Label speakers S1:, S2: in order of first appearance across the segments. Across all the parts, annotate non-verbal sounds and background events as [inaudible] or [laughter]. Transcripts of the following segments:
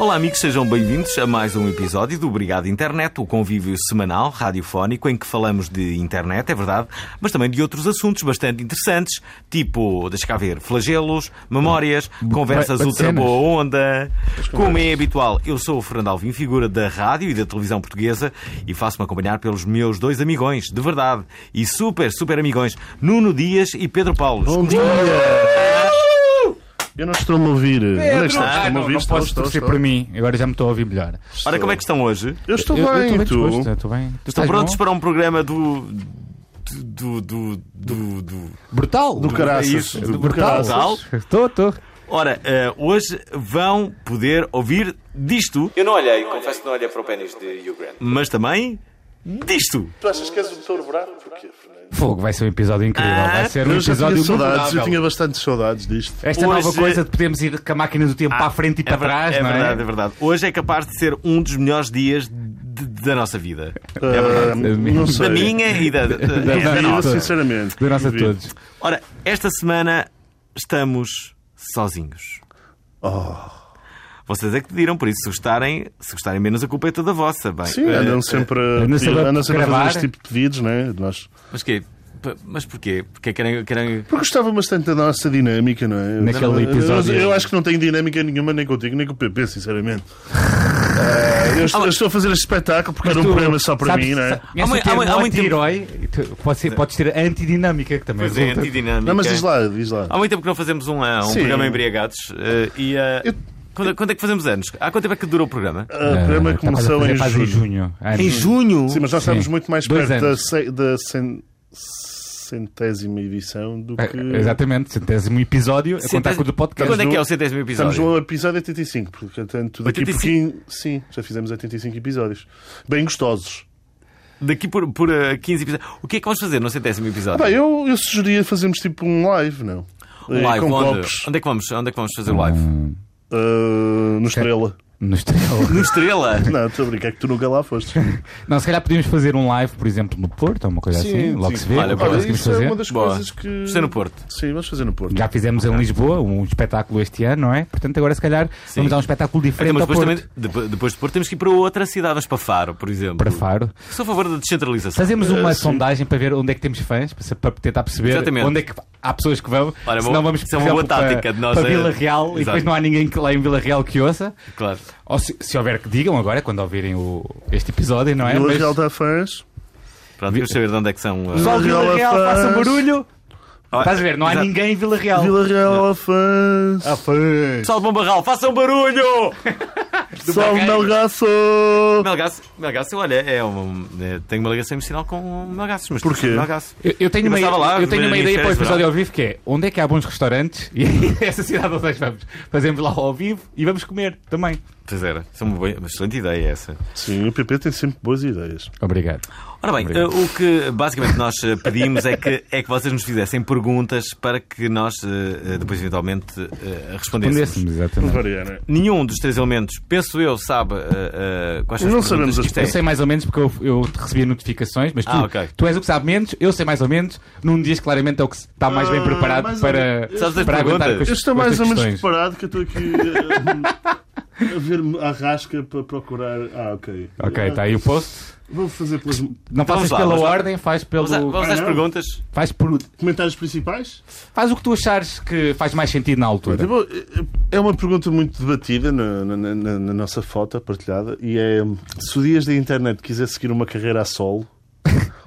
S1: Olá, amigos, sejam bem-vindos a mais um episódio do Obrigado Internet, o convívio semanal radiofónico em que falamos de internet, é verdade, mas também de outros assuntos bastante interessantes, tipo, deixa cá ver, flagelos, memórias, conversas
S2: ba-
S1: ultra
S2: bacenas.
S1: boa onda. Como é habitual, eu sou o Fernando Alvim, figura da rádio e da televisão portuguesa e faço-me acompanhar pelos meus dois amigões, de verdade, e super, super amigões, Nuno Dias e Pedro Paulo.
S2: Bom dia! Eu não estou-me a ouvir. Onde é que estás?
S1: Ah,
S2: Estou-me a
S3: Não,
S2: ouvir?
S3: não
S2: Estou,
S3: posso
S2: estou,
S3: torcer
S2: estou.
S3: por mim, agora já me estou a ouvir melhor.
S1: Ora, como é que estão hoje?
S2: Eu estou
S3: eu, eu
S2: bem,
S3: estou bem
S2: tu?
S3: disposto, eu estou bem. Tu
S1: Estão
S3: estás
S1: prontos
S3: bom?
S1: para um programa do. do. do. do. do.
S3: Brutal!
S2: Do caraças.
S1: É isso,
S2: do,
S1: do
S2: do
S1: brutal.
S2: caraças.
S3: Estou, estou.
S1: Ora, eh, hoje vão poder ouvir disto. Eu não olhei, confesso que não olhei para o pênis de Hugh Grant. Mas também. disto.
S2: Tu achas que és o doutor buraco? Porquê, Fernando?
S3: Fogo, vai ser um episódio incrível.
S1: Ah,
S3: vai ser um
S2: Eu já
S3: episódio É
S2: tinha saudades,
S3: memorável.
S2: eu tinha bastante saudades disto.
S3: Esta
S1: Hoje-
S3: nova coisa de podermos ir com a máquina do tempo para a frente e para
S1: é ver-
S3: trás,
S1: é
S3: não é?
S1: verdade, é verdade. Hoje é capaz de ser um dos melhores dias de- da nossa vida. é
S2: Ah,
S1: verdade.
S2: não sei.
S1: Da minha e da, da, é, da
S2: Eu,
S1: nossa.
S2: sinceramente.
S3: Do nosso a
S2: duvido.
S3: todos.
S1: Ora, esta semana estamos sozinhos.
S2: Oh.
S1: Vocês é que pediram, por isso, se gostarem, se gostarem menos, a culpa é toda vossa. Bem,
S2: Sim,
S1: eh,
S2: andam sempre a,
S3: É. andam sempre a
S2: andam sempre a fazer
S3: gravar.
S2: este tipo de pedidos, não é? De Nós...
S1: Mas quê? P- Mas porquê? Porque é querem. querem...
S2: Porque gostava bastante da nossa dinâmica, não é? Eu-
S3: Naquele
S2: eu-
S3: episódio.
S2: Eu, acho que não tenho dinâmica nenhuma, nem contigo, nem com o
S3: [laughs]
S2: PP, sinceramente. Ah, eu, estou, eu estou a fazer este espetáculo porque era um
S3: Tu
S2: programa só para
S3: sabes-
S2: mim, não é?
S3: Conheces
S1: Há
S3: o
S1: muito- há
S3: termo
S1: muito- há muito tempo-
S3: anti-herói, e tu- pode ser- podes ter antidinâmica, que também
S1: Pois é,
S3: resulta.
S1: antidinâmica.
S2: Não, mas diz lá, diz lá.
S1: Há muito tempo que não fazemos um, ah, um
S2: Sim.
S1: programa embriagados. eh, e, ah,
S2: Eu-
S1: quando, quando é que fazemos anos? Há quanto tempo é que dura o programa?
S2: Ah, o programa
S3: Ah, está quase a
S2: começou
S3: fazer
S2: em
S3: quase
S2: julho.
S3: Ah,
S2: Uhum.
S1: em junho?
S2: Sim, mas nós estamos
S3: Sim.
S2: muito mais
S3: Dois
S2: perto da,
S3: anos.
S2: ce- da cen- centésima edição do que.
S3: é, Exatamente, centésimo episódio a contar com o do podcast.
S1: Quando é
S2: no-
S1: que é o centésimo episódio?
S2: Estamos no episódio 85, portanto, daqui
S1: 85?
S2: a pouquinho. Sim, já fizemos 85 episódios. Bem gostosos.
S1: Daqui por, por ah, 15 episódios. O que é que vamos fazer no centésimo episódio?
S2: Bem, Ah, eu, eu sugeria fazermos tipo um live, não?
S1: Um
S2: Eh,
S1: live,
S2: com
S1: onde?
S2: copos. Uhum.
S1: Onde é que vamos, onde é que vamos fazer o live?
S2: Ah, no Estrela.
S3: Um, No Estrela.
S1: No Estrela?
S2: Não, estou a brincar que tu nunca lá foste.
S3: Não, se calhar podíamos fazer um live, por exemplo, no Porto, ou uma coisa assim, logo se vê.
S1: Olha,
S3: o que
S1: olha,
S3: conseguimos
S2: isso é
S3: fazer.
S2: uma das
S1: Boa.
S2: coisas que.
S1: Estou no Porto.
S2: Sim, vamos fazer no Porto.
S3: Já fizemos em Lisboa um espetáculo este ano, não é? Portanto, agora se calhar vamos dar um espetáculo
S1: Então,
S3: diferente
S1: mas
S3: ao
S1: depois,
S3: Porto.
S1: também, depois, depois de Porto temos que ir para outra cidade, vamos para Faro, por exemplo.
S3: Para Faro.
S1: Sou a favor da descentralização.
S3: Fazemos uma
S2: Eh, sim.
S3: sondagem para ver onde é que temos fãs, para, para tentar perceber
S1: Exatamente.
S3: onde é que há pessoas que vão.
S1: Olha,
S3: senão
S1: bom,
S3: vamos
S1: isso é
S3: por
S1: uma boa
S3: exemplo, para-
S1: tática de nós,
S3: para
S1: eh,
S3: Vila Real e
S1: exato.
S3: depois não há ninguém que, lá em Vila Real que ouça.
S1: Claro.
S3: Ou se, se houver que digam agora, quando ouvirem o, este episódio, não é?
S2: Vila
S3: Mas-
S2: Real dá fãs.
S1: Pronto, queremos saber de onde é que são. ah,
S3: Pessoal de Vila
S2: Vila
S3: Real,
S2: Fãs.
S3: façam barulho.
S1: ah,
S3: Estás a ver? Não há
S1: exato.
S3: ninguém em Vila Real.
S2: Vila é Real há fãs.
S3: Ah, foi.
S1: Pessoal de Bombarral, façam barulho! Barreiro.
S2: Salve Melgaço!
S1: [laughs] Melgaço, Melgaço, olha, é uma, é, tenho uma ligação emocional com Melgaço. Mas
S2: Porquê?
S1: Melgaço.
S3: Eu, eu tenho,
S1: Eu
S3: uma,
S1: passava lá,
S3: eu tenho uma
S1: em
S3: ideia para o
S1: férias de
S3: episódio
S1: verão.
S3: ao vivo que é onde é que há bons restaurantes [laughs] e essa cidade onde nós vamos. Fazemos lá ao vivo e vamos comer também.
S1: Pois era, isso é uma, boa- uma excelente ideia essa.
S2: Sim, o PP tem sempre boas ideias.
S3: Obrigado.
S1: Ora bem, eh, o que basicamente nós eh, pedimos é que, é que vocês nos fizessem perguntas para que nós eh, eh, depois eventualmente eh,
S3: Um
S1: respondêssemos.
S3: Respondêssemos, exatamente.
S2: Variana.
S1: Nenhum dos três elementos, penso eu, sabe eh, eh, quais são as
S2: Não
S1: perguntas.
S2: sabemos as
S1: Isto é-
S3: Eu sei mais ou menos porque eu, eu recebia notificações, mas tu,
S1: Ah, ok.
S3: tu és o que sabe menos, eu sei mais ou menos. Num dia claramente é o que se- está mais bem
S2: Ah,
S3: preparado
S2: mais ou
S3: para,
S2: menos.
S1: Sabes as
S3: para aguentar
S1: perguntas?
S3: com as-
S2: Eu estou
S3: com
S2: mais
S3: estas
S2: ou menos
S3: questões.
S2: preparado que eu estou aqui eh, a ver-me à rasca para procurar. Ah, ok.
S3: Ok,
S2: Ah,
S3: está aí o post.
S2: Vou fazer pelos
S3: Não
S1: Então Vamos
S3: faças
S1: lá,
S3: pela
S1: vamos lá.
S3: ordem, faz pelo.
S1: Vamos, a- vamos às
S2: Ah, não.
S1: perguntas.
S3: Faz por.
S2: comentários principais.
S3: Faz o que tu achares que faz mais sentido na altura.
S2: Tipo, é uma pergunta muito debatida na, na- na- na
S3: [laughs]
S2: nossa foto partilhada e é se o Dias da Internet quiser seguir uma carreira a solo,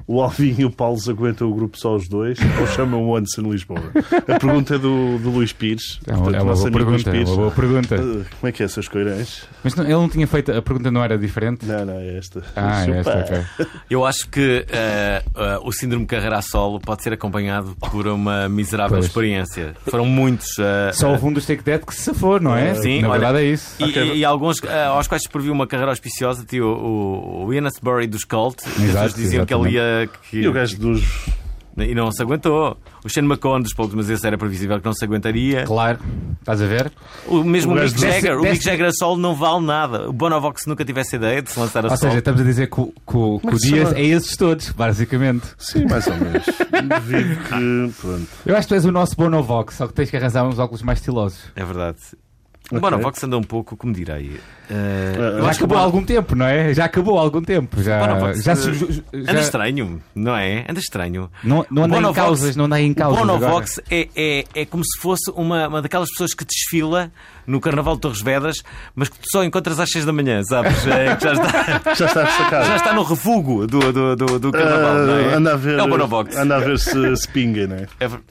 S2: o Alvin e o Paulo aguentam o grupo só os dois ou chamam o Anderson Lisboa? A pergunta é do, do Luís Pires.
S3: É uma,
S2: Portanto,
S3: é
S2: o
S3: uma
S2: nosso
S3: boa
S2: amigo Luís
S3: pergunta, é uma boa pergunta.
S2: Pires. Ah, Como é que é, seus coirães?
S3: Mas não- ele não tinha feito. A pergunta não era diferente?
S2: Não, não, é esta.
S3: Ah, é esta,
S2: Chupa.
S3: ok.
S1: Eu acho que eh, eh, o síndrome carreira a solo pode ser acompanhado por uma miserável
S3: Pois.
S1: experiência. Foram muitos. eh,
S3: Só houve um dos Take Dead que se safou, não é?
S1: Sim,
S3: Na
S1: olha-
S3: verdade é isso.
S1: E, e- e alguns eh, aos quais previu uma carreira auspiciosa, tio, o, o Ian Asbury dos Colt, as pessoas
S3: Exato,
S1: diziam que ele ia. Que,
S2: E o gajo dos.
S1: e não se aguentou. O Shane McCone dos Pogues, mas esse era previsível que não se aguentaria.
S3: Claro. Estás a ver?
S1: O mesmo
S2: O
S1: o
S2: gajo
S1: Mick
S2: desse-
S1: Jagger, o
S3: desse-
S1: Mick Jagger a solo não vale nada. O Bonovox nunca tivesse ideia de se lançar a
S3: Ou
S1: solo.
S3: seja, estamos a dizer que o, que o- que
S2: é
S3: o
S2: que se
S3: Dias
S2: chama?
S3: é esses todos, basicamente.
S2: Sim, mais ou menos. Devido que. Pronto.
S3: Eu acho que tu és o nosso Bonovox, só que tens que arranjar uns óculos mais estilosos.
S1: É verdade. O Bonovox anda um pouco, como direi. eh,
S2: Ah,
S1: eu
S3: Já
S1: acho que o
S3: acabou há
S1: Bono-
S3: algum tempo, não é? Já acabou há algum tempo. Já,
S1: Bonovox,
S3: já,
S1: eh,
S3: subju- já-
S1: Anda estranho, não é? Anda estranho.
S3: não, não anda em
S1: Bonovox-
S3: causas, não anda em causas.
S1: O
S3: agora.
S1: Bonovox é, é, é como se fosse uma, uma daquelas pessoas que desfila no Carnaval de Torres Vedras, mas que tu só encontras às 6 da manhã, sabes? É, que já, está,
S2: Já está destacado.
S1: já está no refúgio do, do, do, do Carnaval, não é?
S2: Ah, anda a ver,
S1: É o Bonovox.
S2: anda a ver se, se pinga, né?
S1: É ver-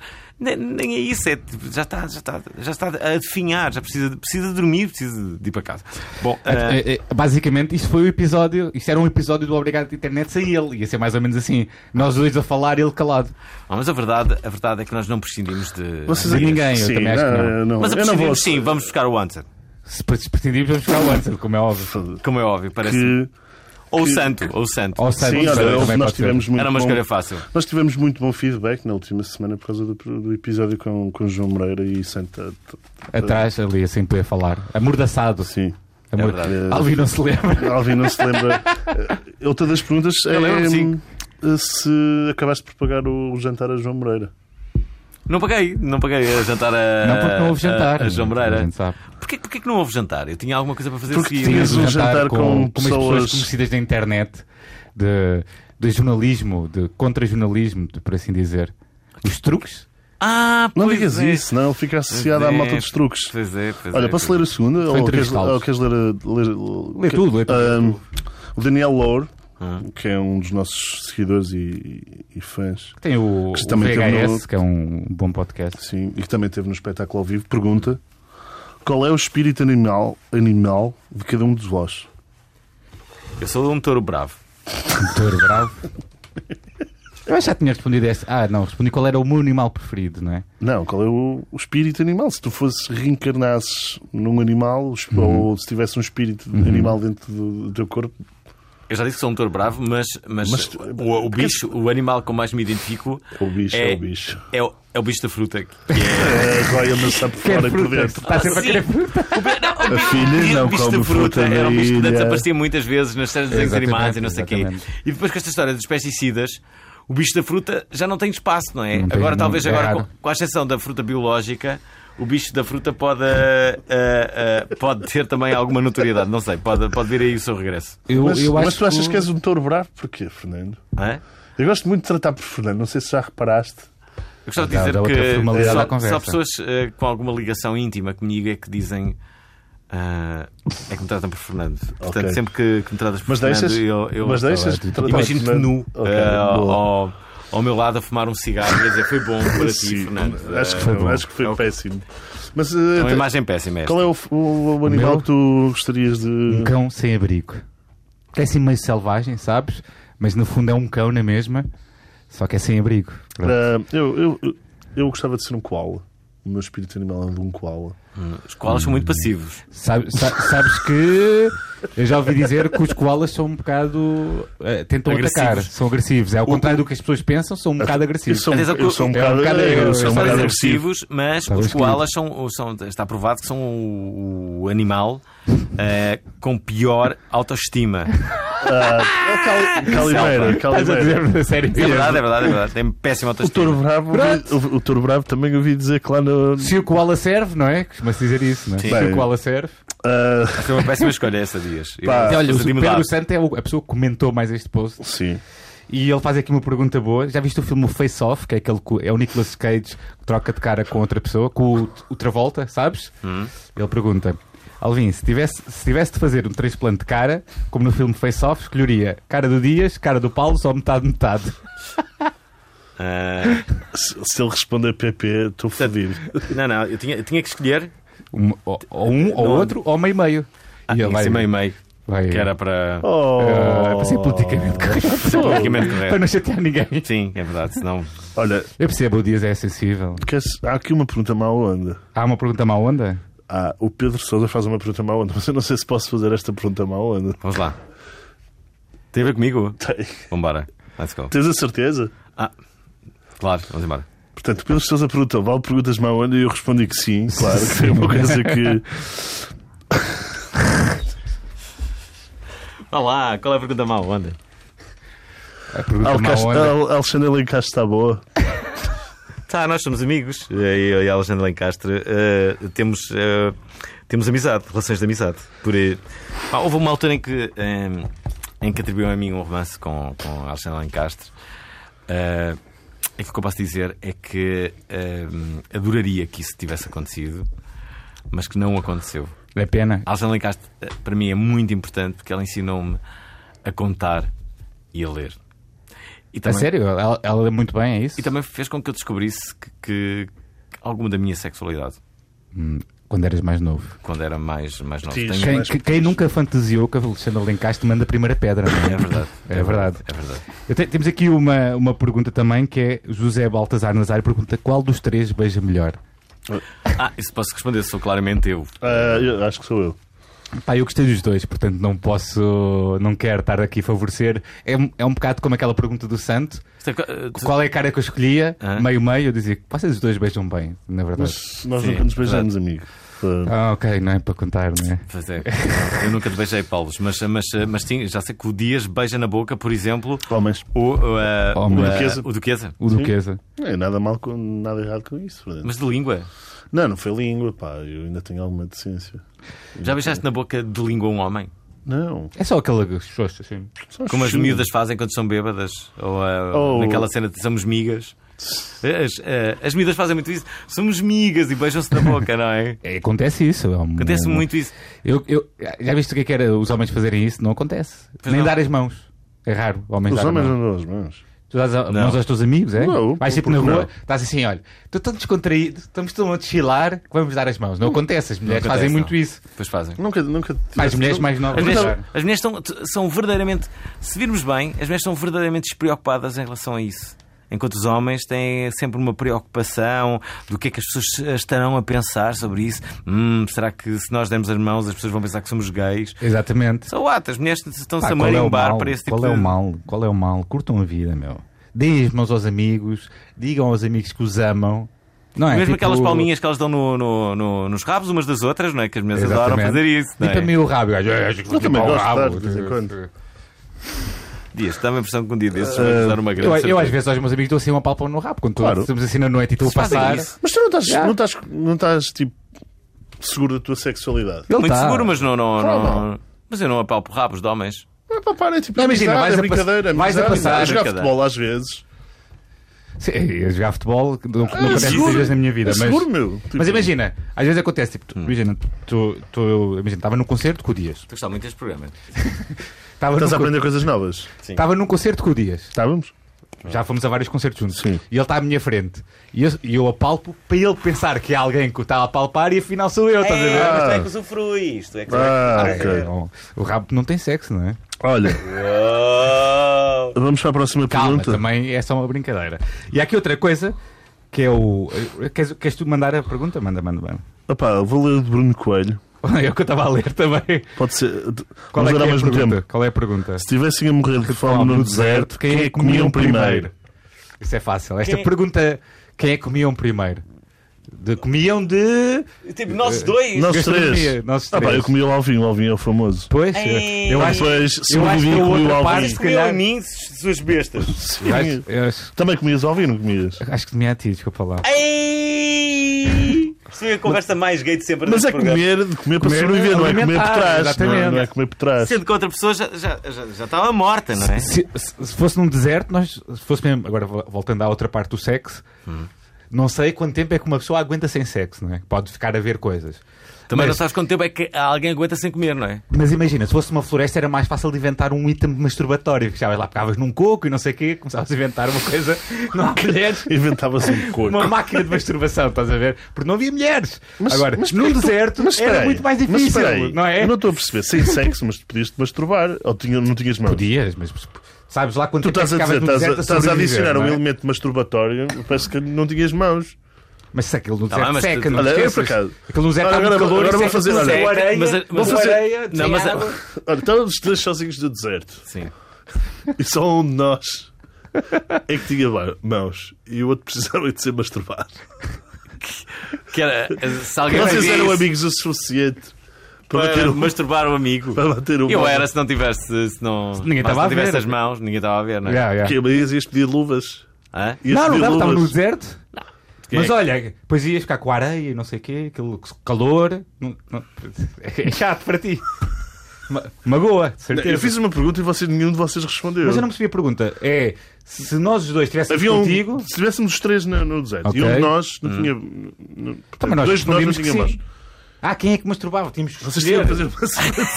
S1: nem, nem é isso, é, tipo, já, está, já, está, já está a definhar, já precisa, precisa de dormir, precisa de ir para casa. Bom, ah,
S3: É, é, basicamente, isto foi o episódio. Isto era um episódio do Obrigado Internet sem ele. Ia ser mais ou menos assim: nós dois a falar e ele calado.
S1: ah, mas a verdade, a verdade é que nós não prescindimos de.
S2: Vocês-
S3: De ninguém, eu
S2: Sim,
S3: também acho que não.
S1: Mas a
S2: eu não vou.
S1: prescindimos, sim, vamos buscar o Anson,
S3: Se pre- se pretendíamos, vamos ficar o Ansel, como é óbvio.
S1: como é óbvio, parece.
S2: Que,
S1: Ou o Santo, ou o Santo.
S3: Ou seja,
S2: sim,
S3: vamos
S2: olha,
S3: ver,
S2: houve-
S3: também
S2: nós
S3: pode ser.
S2: tivemos muito
S1: Era uma
S2: bom-
S1: escolha fácil.
S2: Nós tivemos muito bom feedback na última semana por causa do, do episódio com, com João Moreira e Santa.
S3: Atrás, ali, assim, poder falar. Amordaçado.
S2: Sim.
S3: Amor...
S2: é
S1: verdade.
S3: Alvin não se lembra.
S2: Alvin não se lembra. Eh, Outra das perguntas
S1: Eu lembro-me,
S2: é
S1: sim.
S2: eh, se acabaste por pagar o jantar a João Moreira.
S1: Não paguei, não paguei a jantar a.
S3: Não, porque não houve
S2: Ah,
S3: jantar.
S1: A, a João
S3: A
S1: Moreira.
S3: gente sabe.
S1: Porquê, porquê que não houve jantar? Eu tinha alguma coisa para fazer
S2: Porque
S1: a seguir. é.
S2: tinhas- um jantar com
S3: umas pessoas
S2: pessoas
S3: conhecidas da internet, de, de jornalismo, de contra-jornalismo, de- por assim dizer. Os truques?
S1: Ah,
S2: Não
S1: pois
S2: digas
S1: é.
S2: isso, não. Fica associada à
S1: Pois é.
S2: malta dos truques.
S1: Pois é, pois é,
S2: Olha, posso ler a segunda? Ou queres,
S3: entrevistá-los.
S2: ou queres ler a. Ler,
S3: Lê tudo, lê tudo.
S2: Ahm, o Daniel Loure,
S1: Ah.
S2: que é um dos nossos seguidores e, e fãs,
S3: Tem o, o
S2: Que também teve
S3: VHS,
S2: no-
S3: que é um bom podcast.
S2: sim, e que também esteve no espetáculo ao vivo, pergunta qual é o espírito animal, animal de cada um de vós?
S1: Eu sou um touro bravo.
S3: Doutor Um Bravo. Eu já tinha respondido esta. Ah, não, respondi qual era o meu animal preferido, não é?
S2: Não, qual é o, o espírito animal? Se tu fosses reencarnasses num animal, os- ou se tivesse um espírito animal dentro do, do teu corpo,
S1: Eu já disse que sou um touro bravo, mas, mas,
S2: Mas-
S1: o, o bicho, o animal com mais me identifico
S2: é o bicho, é,
S1: É.
S2: o bicho.
S1: é o, é o bicho da fruta.
S2: É a goia amassar por fora e por dentro.
S3: Está sempre a querer fruta.
S1: O, bi- não, o
S2: A
S1: bi-
S2: filha
S1: o
S2: não
S1: bicho
S2: come
S1: da fruta
S2: fruta da
S1: era um bicho que
S2: ilha.
S1: desaparecia muitas vezes nas séries de desenhos
S3: Exatamente,
S1: animados e não sei o quê.
S3: exatamente.
S1: E depois com esta história dos pesticidas, o bicho da fruta já não tem espaço, não é?
S3: Não tem,
S1: agora,
S3: não-
S1: talvez,
S3: é
S1: agora
S3: raro.
S1: com, com a exceção da fruta biológica. O bicho da fruta pode, ah, ah, ah, pode ter também alguma notoriedade, não sei, pode, pode vir aí o seu regresso.
S3: Eu,
S2: Mas,
S3: eu acho
S2: mas tu achas que
S3: o-
S2: és um touro bravo? Porquê, Fernando?
S1: Hã?
S2: Eu gosto muito de tratar por Fernando, não sei se já reparaste.
S1: Eu gostava de
S3: Dá-
S1: dizer
S3: dá outra
S1: que
S3: formalidade à
S1: só,
S3: conversa.
S1: só pessoas eh, com alguma ligação íntima comigo é que dizem. ah, é que me tratam por Fernando. Portanto,
S2: Ok.
S1: sempre que, que me tratas por
S2: Mas
S1: Fernando,
S2: deixas,
S1: eu, eu
S2: mas deixas de tratar
S1: imagino-te
S2: Fernando?
S1: nu
S2: Ok,
S1: ah,
S2: boa.
S1: ao, ao meu lado a fumar um cigarro e a dizer foi bom para ti,
S2: Sim,
S1: Fernando.
S2: Acho que
S1: Ah,
S2: foi,
S3: bom.
S2: acho que foi
S1: É o-
S2: péssimo. Mas eh,
S1: é uma
S2: te-
S1: imagem péssima esta.
S2: qual é o, o- o animal
S3: meu?
S2: que tu gostarias de.
S3: Um cão sem abrigo. Que é assim meio selvagem, sabes? Mas no fundo é um cão na mesma, só que é sem abrigo. Pronto.
S2: Ah, eu, eu, eu- eu gostava de ser um koala. O meu espírito animal é de um koala.
S1: Os koalas são muito passivos.
S3: Sabe- sa- sabes que eu já ouvi dizer que os koalas são um bocado. eh, tentam
S1: Agressivos.
S3: atacar, são agressivos. É ao contrário do que as pessoas pensam, são um bocado
S2: Eu
S3: agressivos.
S2: sou, um-
S1: Atenção que
S2: eu sou um
S1: o-
S2: bocado,
S3: é um bocado-
S2: eu sou
S3: São
S2: um
S1: São
S2: bocado agressivo.
S1: agressivos, mas
S3: Talvez
S1: os koalas são, são- Está provado que são o, o animal eh, com pior autoestima. É
S2: Ah, cal-
S3: Estás
S2: Calimeira,
S3: a
S2: Calimeira.
S3: dizer-me a sério?
S1: É verdade, é verdade, é verdade. Tem péssima
S2: O
S1: autoestima.
S2: touro, bravo,
S3: Pronto.
S2: o, o touro bravo também ouvi dizer que lá no.
S3: Se o koala serve, não é? Costuma-se dizer isso, não é? Se
S2: Bem,
S3: o koala serve.
S2: ah,
S1: Foi uma péssima escolha essa, Dias. Eu-
S2: Pá.
S3: E olha, o
S1: Fazia
S3: Pedro
S1: mudar.
S3: Santo é o- a pessoa que comentou mais este post
S2: sim.
S3: e ele faz aqui uma pergunta boa. Já viste o filme Face Off, que é aquele que é o Nicolas
S1: Hum.
S3: Cage que troca de cara com outra pessoa, com o, o Travolta, sabes? Ele pergunta: Alvin, se tivesse, se tivesse de fazer um transplante de cara, como no filme Face Off, escolheria cara do Dias, cara do Paulo, só metade, metade.
S1: Ah,
S2: Se, se ele responder PP, estou fodido.
S1: não, não, eu tinha, eu tinha que escolher.
S3: Um, ou, ou um, ou
S1: Não.
S3: outro, ou meio meio.
S1: Ah, tinha que ser meio meio.
S3: vai,
S1: Que era para.
S2: Oh,
S3: ah, para ser politicamente correto.
S1: [laughs] Politicamente
S3: Oh. para
S1: correto.
S3: não chatear ninguém.
S1: Sim, é verdade, senão.
S2: Olha,
S3: Eu percebo, o Dias é sensível.
S2: queres- há aqui uma pergunta má onda.
S3: Há uma pergunta má onda?
S2: Ah, o Pedro Sousa faz uma pergunta má onda, mas eu não sei se posso fazer esta pergunta má onda.
S1: Vamos lá. Tem a ver comigo?
S2: Tem-
S1: Vambora. Let's go.
S2: Tens a certeza?
S1: Ah, claro, vamos embora.
S2: Portanto, o Pedro Sousa perguntou: vale perguntas má onda? E eu respondi que sim, claro. Que foi uma coisa que.
S1: Olá, qual é a pergunta má onda?
S3: A pergunta má
S2: Alcast...
S3: onda.
S2: Al- Alexandre Lencastre está boa.
S1: Tá, nós somos amigos. eh, Eu e a Alexandre Lencastre eh, temos, eh, temos amizade, relações de amizade. Por, eh, pá, houve uma altura em que, eh, em que atribuiu a mim um romance com, com a Alexandre Lencastre. Eh, aquilo que eu posso dizer é que eh, adoraria que isso tivesse acontecido, mas que não aconteceu.
S3: É pena.
S1: A Alexandre Lencastre, eh, para mim, é muito importante porque ela ensinou-me a contar e a ler. E
S3: A
S1: também-
S3: sério? Ela, ela lê muito bem, é isso?
S1: e também fez com que eu descobrisse que, que- que alguma da minha sexualidade
S3: Quando eras mais novo.
S1: quando era mais, mais novo.
S2: Sim.
S1: Tenho-
S3: Quem,
S2: mais
S3: que- quem nunca fantasiou que a Alexandre Lencastre manda a primeira pedra? não
S1: É verdade.
S3: É verdade.
S1: É verdade.
S3: Eu te- temos aqui uma, uma pergunta também que é José Baltazar Nazário pergunta qual dos três beija melhor?
S1: Ah, isso posso responder, sou claramente eu.
S2: Ah, eu acho que sou eu.
S3: Pá, eu gostei dos dois, portanto não posso, não quero estar aqui a favorecer. É, um- é um bocado como aquela pergunta do Santo:
S1: Isto é co- eh, tu- Ah.
S3: qual é a cara que eu escolhia?
S1: Hã?
S3: Meio-meio, eu dizia que vocês os dois beijam bem, na verdade.
S2: Mas nós
S1: Sim,
S2: nunca nos beijamos, amigo. Ah,
S3: Ah, ok, não é para contar, não é?
S1: Pois é, eu nunca te beijei, Paulo, mas, mas, mas sim, já sei que o Dias beija na boca, por exemplo,
S2: Ah, Homens.
S1: o, o, eh,
S3: Oh, meu.
S1: o, eh,
S2: Duquesa.
S1: o Duquesa,
S3: O Duquesa.
S2: Não é nada mal, com, nada errado com isso. portanto.
S1: mas de língua.
S2: Não, não foi língua, pá. Eu ainda tenho alguma decência.
S1: Já beijaste na boca de língua um homem?
S2: Não.
S3: É só aquela xoxa, assim.
S2: só
S1: Como as
S2: chulo.
S1: miúdas fazem quando são bêbadas? Ou eh,
S2: Oh.
S1: naquela cena de somos migas? As, eh, as miúdas fazem muito isso. Somos migas e beijam-se na boca, não é?
S3: É, Acontece isso. é um-
S1: Acontece
S3: um-
S1: muito isso.
S3: Eu, eu- já viste o que é que era os homens fazerem isso? Não acontece.
S1: Pois
S3: Nem
S1: não.
S3: dar as mãos. É raro, homens
S2: Os
S3: dar a
S2: homens
S3: mão.
S2: não dão as mãos.
S3: Tu dás a-
S1: Não.
S3: mãos aos teus amigos, é?
S2: Não,
S3: Vais tipo na
S2: porque
S3: rua,
S2: não?
S3: estás assim, olha, estou tão descontraído, estamos tão a desfilar que vamos dar as mãos. Não acontece, as mulheres
S1: acontece,
S3: fazem muito
S1: não.
S3: isso.
S1: Pois fazem.
S2: Nunca, nunca
S3: Mais
S2: tiveste-
S3: mulheres, mais novas.
S1: As mulheres,
S3: Claro.
S1: as mulheres estão- t- são verdadeiramente, se virmos bem, as mulheres são verdadeiramente despreocupadas em relação a isso. Enquanto os homens têm sempre uma preocupação do que é que as pessoas estarão a pensar sobre isso. Hum, será que se nós dermos as mãos as pessoas vão pensar que somos gays?
S3: Exatamente.
S1: Só um what, as mulheres
S3: Pá,
S1: estão-se a
S3: qual é o
S1: marimbar
S3: mal?
S1: para esse tipo
S3: Qual é o
S1: de.
S3: mal? Qual é o mal? Curtam a vida, meu. Deem as mãos aos amigos, digam aos amigos que os amam. Não é?
S1: Mesmo
S3: Tipo-
S1: aquelas palminhas que elas dão no- no- no- nos rabos umas das outras, não é? Que as mulheres adoram
S3: Exatamente.
S1: fazer isso. Não
S3: Tipo a
S1: é?
S3: mim o rabo, gajo. "É, é, é, é,
S2: Eu também
S3: é, é, é, é, é, é, é, é, é,
S2: gosto de
S3: é,
S2: dar, de vez em quando.
S1: Dias, dá-me a impressão que um dia desses vamos dar uma grande
S3: Ah, Eu, eu
S1: surpresa.
S3: às vezes aos meus amigos dou assim uma palpão no rabo quando
S2: Claro.
S3: estamos assim na noite e estou a
S1: Vocês fazem
S3: passar.
S1: isso?
S2: Mas tu não estás,
S3: Já.
S2: não estás, não estás tipo, seguro da tua sexualidade.
S3: Ele
S1: Muito
S3: tá.
S1: seguro, mas não, não,
S2: Claro,
S1: não- Mas eu não apalpo rabos de homens.
S2: Não, pá, pá, é tipo,
S3: Não, imagina,
S2: amizade,
S3: vais
S2: é
S3: a pass-
S2: brincadeira,
S3: vais a
S2: amizade,
S3: passar-
S2: amizade. Eu jogo
S1: brincadeira.
S2: futebol às vezes.
S3: Sim, eu jogar futebol não, não acontece
S2: Ah, seguro.
S3: muitas vezes na minha vida.
S2: É
S3: mas,
S2: seguro, meu. Tipo, Hum.
S3: mas imagina, às vezes acontece, tipo, tu- imagina, tu, tu, eu- imagina, estava num concerto com o Dias.
S1: Tu gostava muito deste programa.
S3: Estava num,
S2: Estás a
S3: con-
S2: aprender coisas novas.
S3: estava num concerto com o Dias.
S2: Estávamos?
S3: Já fomos a vários concertos juntos.
S2: Ah. Sim.
S3: E ele está à minha frente. E eu, e eu apalpo para ele pensar que é alguém que o está a palpar e afinal sou eu, estás a ver?
S2: mas tu é que
S1: usufruís. Tu é
S3: Tá
S1: que
S2: Ah, ok.
S3: Não, O rabo não tem sexo, não é?
S2: Olha,
S1: Oh.
S2: vamos para a próxima
S3: Calma,
S2: pergunta.
S3: também é só uma brincadeira. E há aqui outra coisa que é o. Queres, queres tu mandar a pergunta? Manda, manda, manda. [laughs]
S2: Opá, vou ler o de Bruno Coelho.
S3: É o que eu estava a ler também.
S2: Pode ser.
S3: Qual
S2: vamos
S3: é, que
S2: ler ao
S3: é a
S2: mesmo
S3: pergunta? é
S2: tempo.
S3: Qual é a pergunta?
S2: Se tivessem a morrer de fome no deserto, quem é que comiam primeiro?
S3: Isso um é fácil. Esta pergunta, quem é que comiam primeiro? De, comiam de.
S1: Tipo, nós dois.
S2: É. Nós
S3: Gastronomia,
S2: três.
S3: nós
S2: Ah, pá,
S3: três.
S2: eu comi o Alvin, o Alvin é o famoso.
S3: Pois,
S1: Ei.
S3: eu
S2: E
S3: acho.
S2: depois
S3: eu acho
S2: sobrevivi
S3: que a
S2: e comi o
S3: outra parte- é
S2: Alvin.
S3: se calhar-
S1: a mim, suas bestas.
S3: eu
S2: Sim.
S3: acho- eu acho-
S2: Também comias Alvin, não comias?
S3: acho que me a ti, desculpa lá.
S1: Ei! Isto é a conversa mais gay de sempre
S2: Mas
S1: neste
S2: é
S1: programa.
S2: comer de comer para
S3: Comer
S2: sobreviver, não é comer por
S3: alimentar,
S2: trás. Não é,
S3: exatamente.
S2: não é comer por trás.
S1: Sendo que outra pessoa já, já, já, já estava morta, não é?
S3: Se, se- se fosse num deserto, nós. Se fosse mesmo. Agora vo- voltando à outra parte do
S2: Hum.
S3: sexo, não sei quanto tempo é que uma pessoa aguenta sem sexo, não é? Pode ficar a ver coisas.
S1: Também não
S3: Mas-
S1: sabes quanto tempo é que alguém aguenta sem comer, não é?
S3: Mas imagina, se fosse uma floresta era mais fácil de inventar um item masturbatório. Chegavas lá, pegavas num coco e não sei o quê, começavas a inventar uma
S2: [laughs]
S3: coisa, não há mulheres.
S2: Inventava-se um coco.
S3: Uma máquina de masturbação, estás a ver? Porque não havia mulheres.
S2: Mas-
S3: Agora,
S2: mas
S3: num
S2: porquê que tu-
S3: deserto
S2: mas
S3: era
S2: espera aí,
S3: muito mais
S2: mas
S3: difícil,
S2: espera aí,
S3: não é?
S2: Eu não estou a perceber. Sem sexo, mas tu podias te masturbar. Ou tinha- não tinhas mãos.
S3: Podias, mas sabes lá quanto
S2: Tu estás a
S3: tempo é que
S2: dizer,
S3: ficavas no
S2: estás a,
S3: deserto
S2: estás a
S3: sobreviver,
S2: adicionar
S3: não
S2: um
S3: é?
S2: elemento masturbatório, parece que não tinhas mãos.
S3: Mas se aquilo no
S1: Tá bem,
S3: deserto
S1: mas
S3: seca,
S1: tu-
S3: não
S2: olha, eu
S3: esqueças.
S2: por acaso-
S3: Aquilo no deserto
S2: Olha,
S3: está muito
S2: agora-
S3: calor
S2: agora
S3: e
S2: vou
S3: seca
S2: fazer-
S3: tudo,
S2: olha,
S3: com areia,
S1: mas- mas-
S3: com
S1: mas-
S3: areia,
S1: Não,
S3: sem
S1: mas-
S3: água.
S2: Olha, estão então, os três sozinhos no deserto.
S1: Sim.
S2: E só um de nós é que tinha lá mãos. E o outro precisava de ser masturbado.
S1: Que era, se alguém
S2: Vocês
S1: fazia
S2: eram
S1: isso
S2: amigos o suficiente para
S1: para
S2: bater um.
S1: masturbar um amigo.
S2: Para bater um
S1: Eu
S2: mal.
S1: era se não tivesse. Se não,
S3: ninguém
S1: mas se
S3: estava a
S1: não tivesse
S3: ver.
S1: as mãos, ninguém estava a ver, não é?
S3: Yeah, yeah.
S2: Que Mas ias pedir luvas.
S1: Hã?
S2: Ias
S3: Não, não
S2: pedir
S3: dava, estava no
S2: luvas.
S3: deserto. Mas
S2: é?
S3: olha, depois ias ficar com areia e não sei o quê, aquele calor. Não- não- [laughs] é chato para ti. Ma- Magoa, de certeza.
S2: Eu fiz uma pergunta e vocês, nenhum de vocês respondeu.
S3: Mas eu não percebi a pergunta. É se nós os dois estivéssemos
S2: Havia um,
S3: contigo. ah,
S2: se tivéssemos os três na- no deserto
S3: Ok. Hum.
S2: e um de nós não tinha. não-
S3: Também nós
S2: dois de nós não
S3: respondíamos que
S2: tinha mãos.
S3: sim. Ah, quem é que masturbava? Tínhamos que
S2: Vocês
S3: escolher.
S2: tinham que fazer [laughs]
S3: [laughs]
S2: uma cena.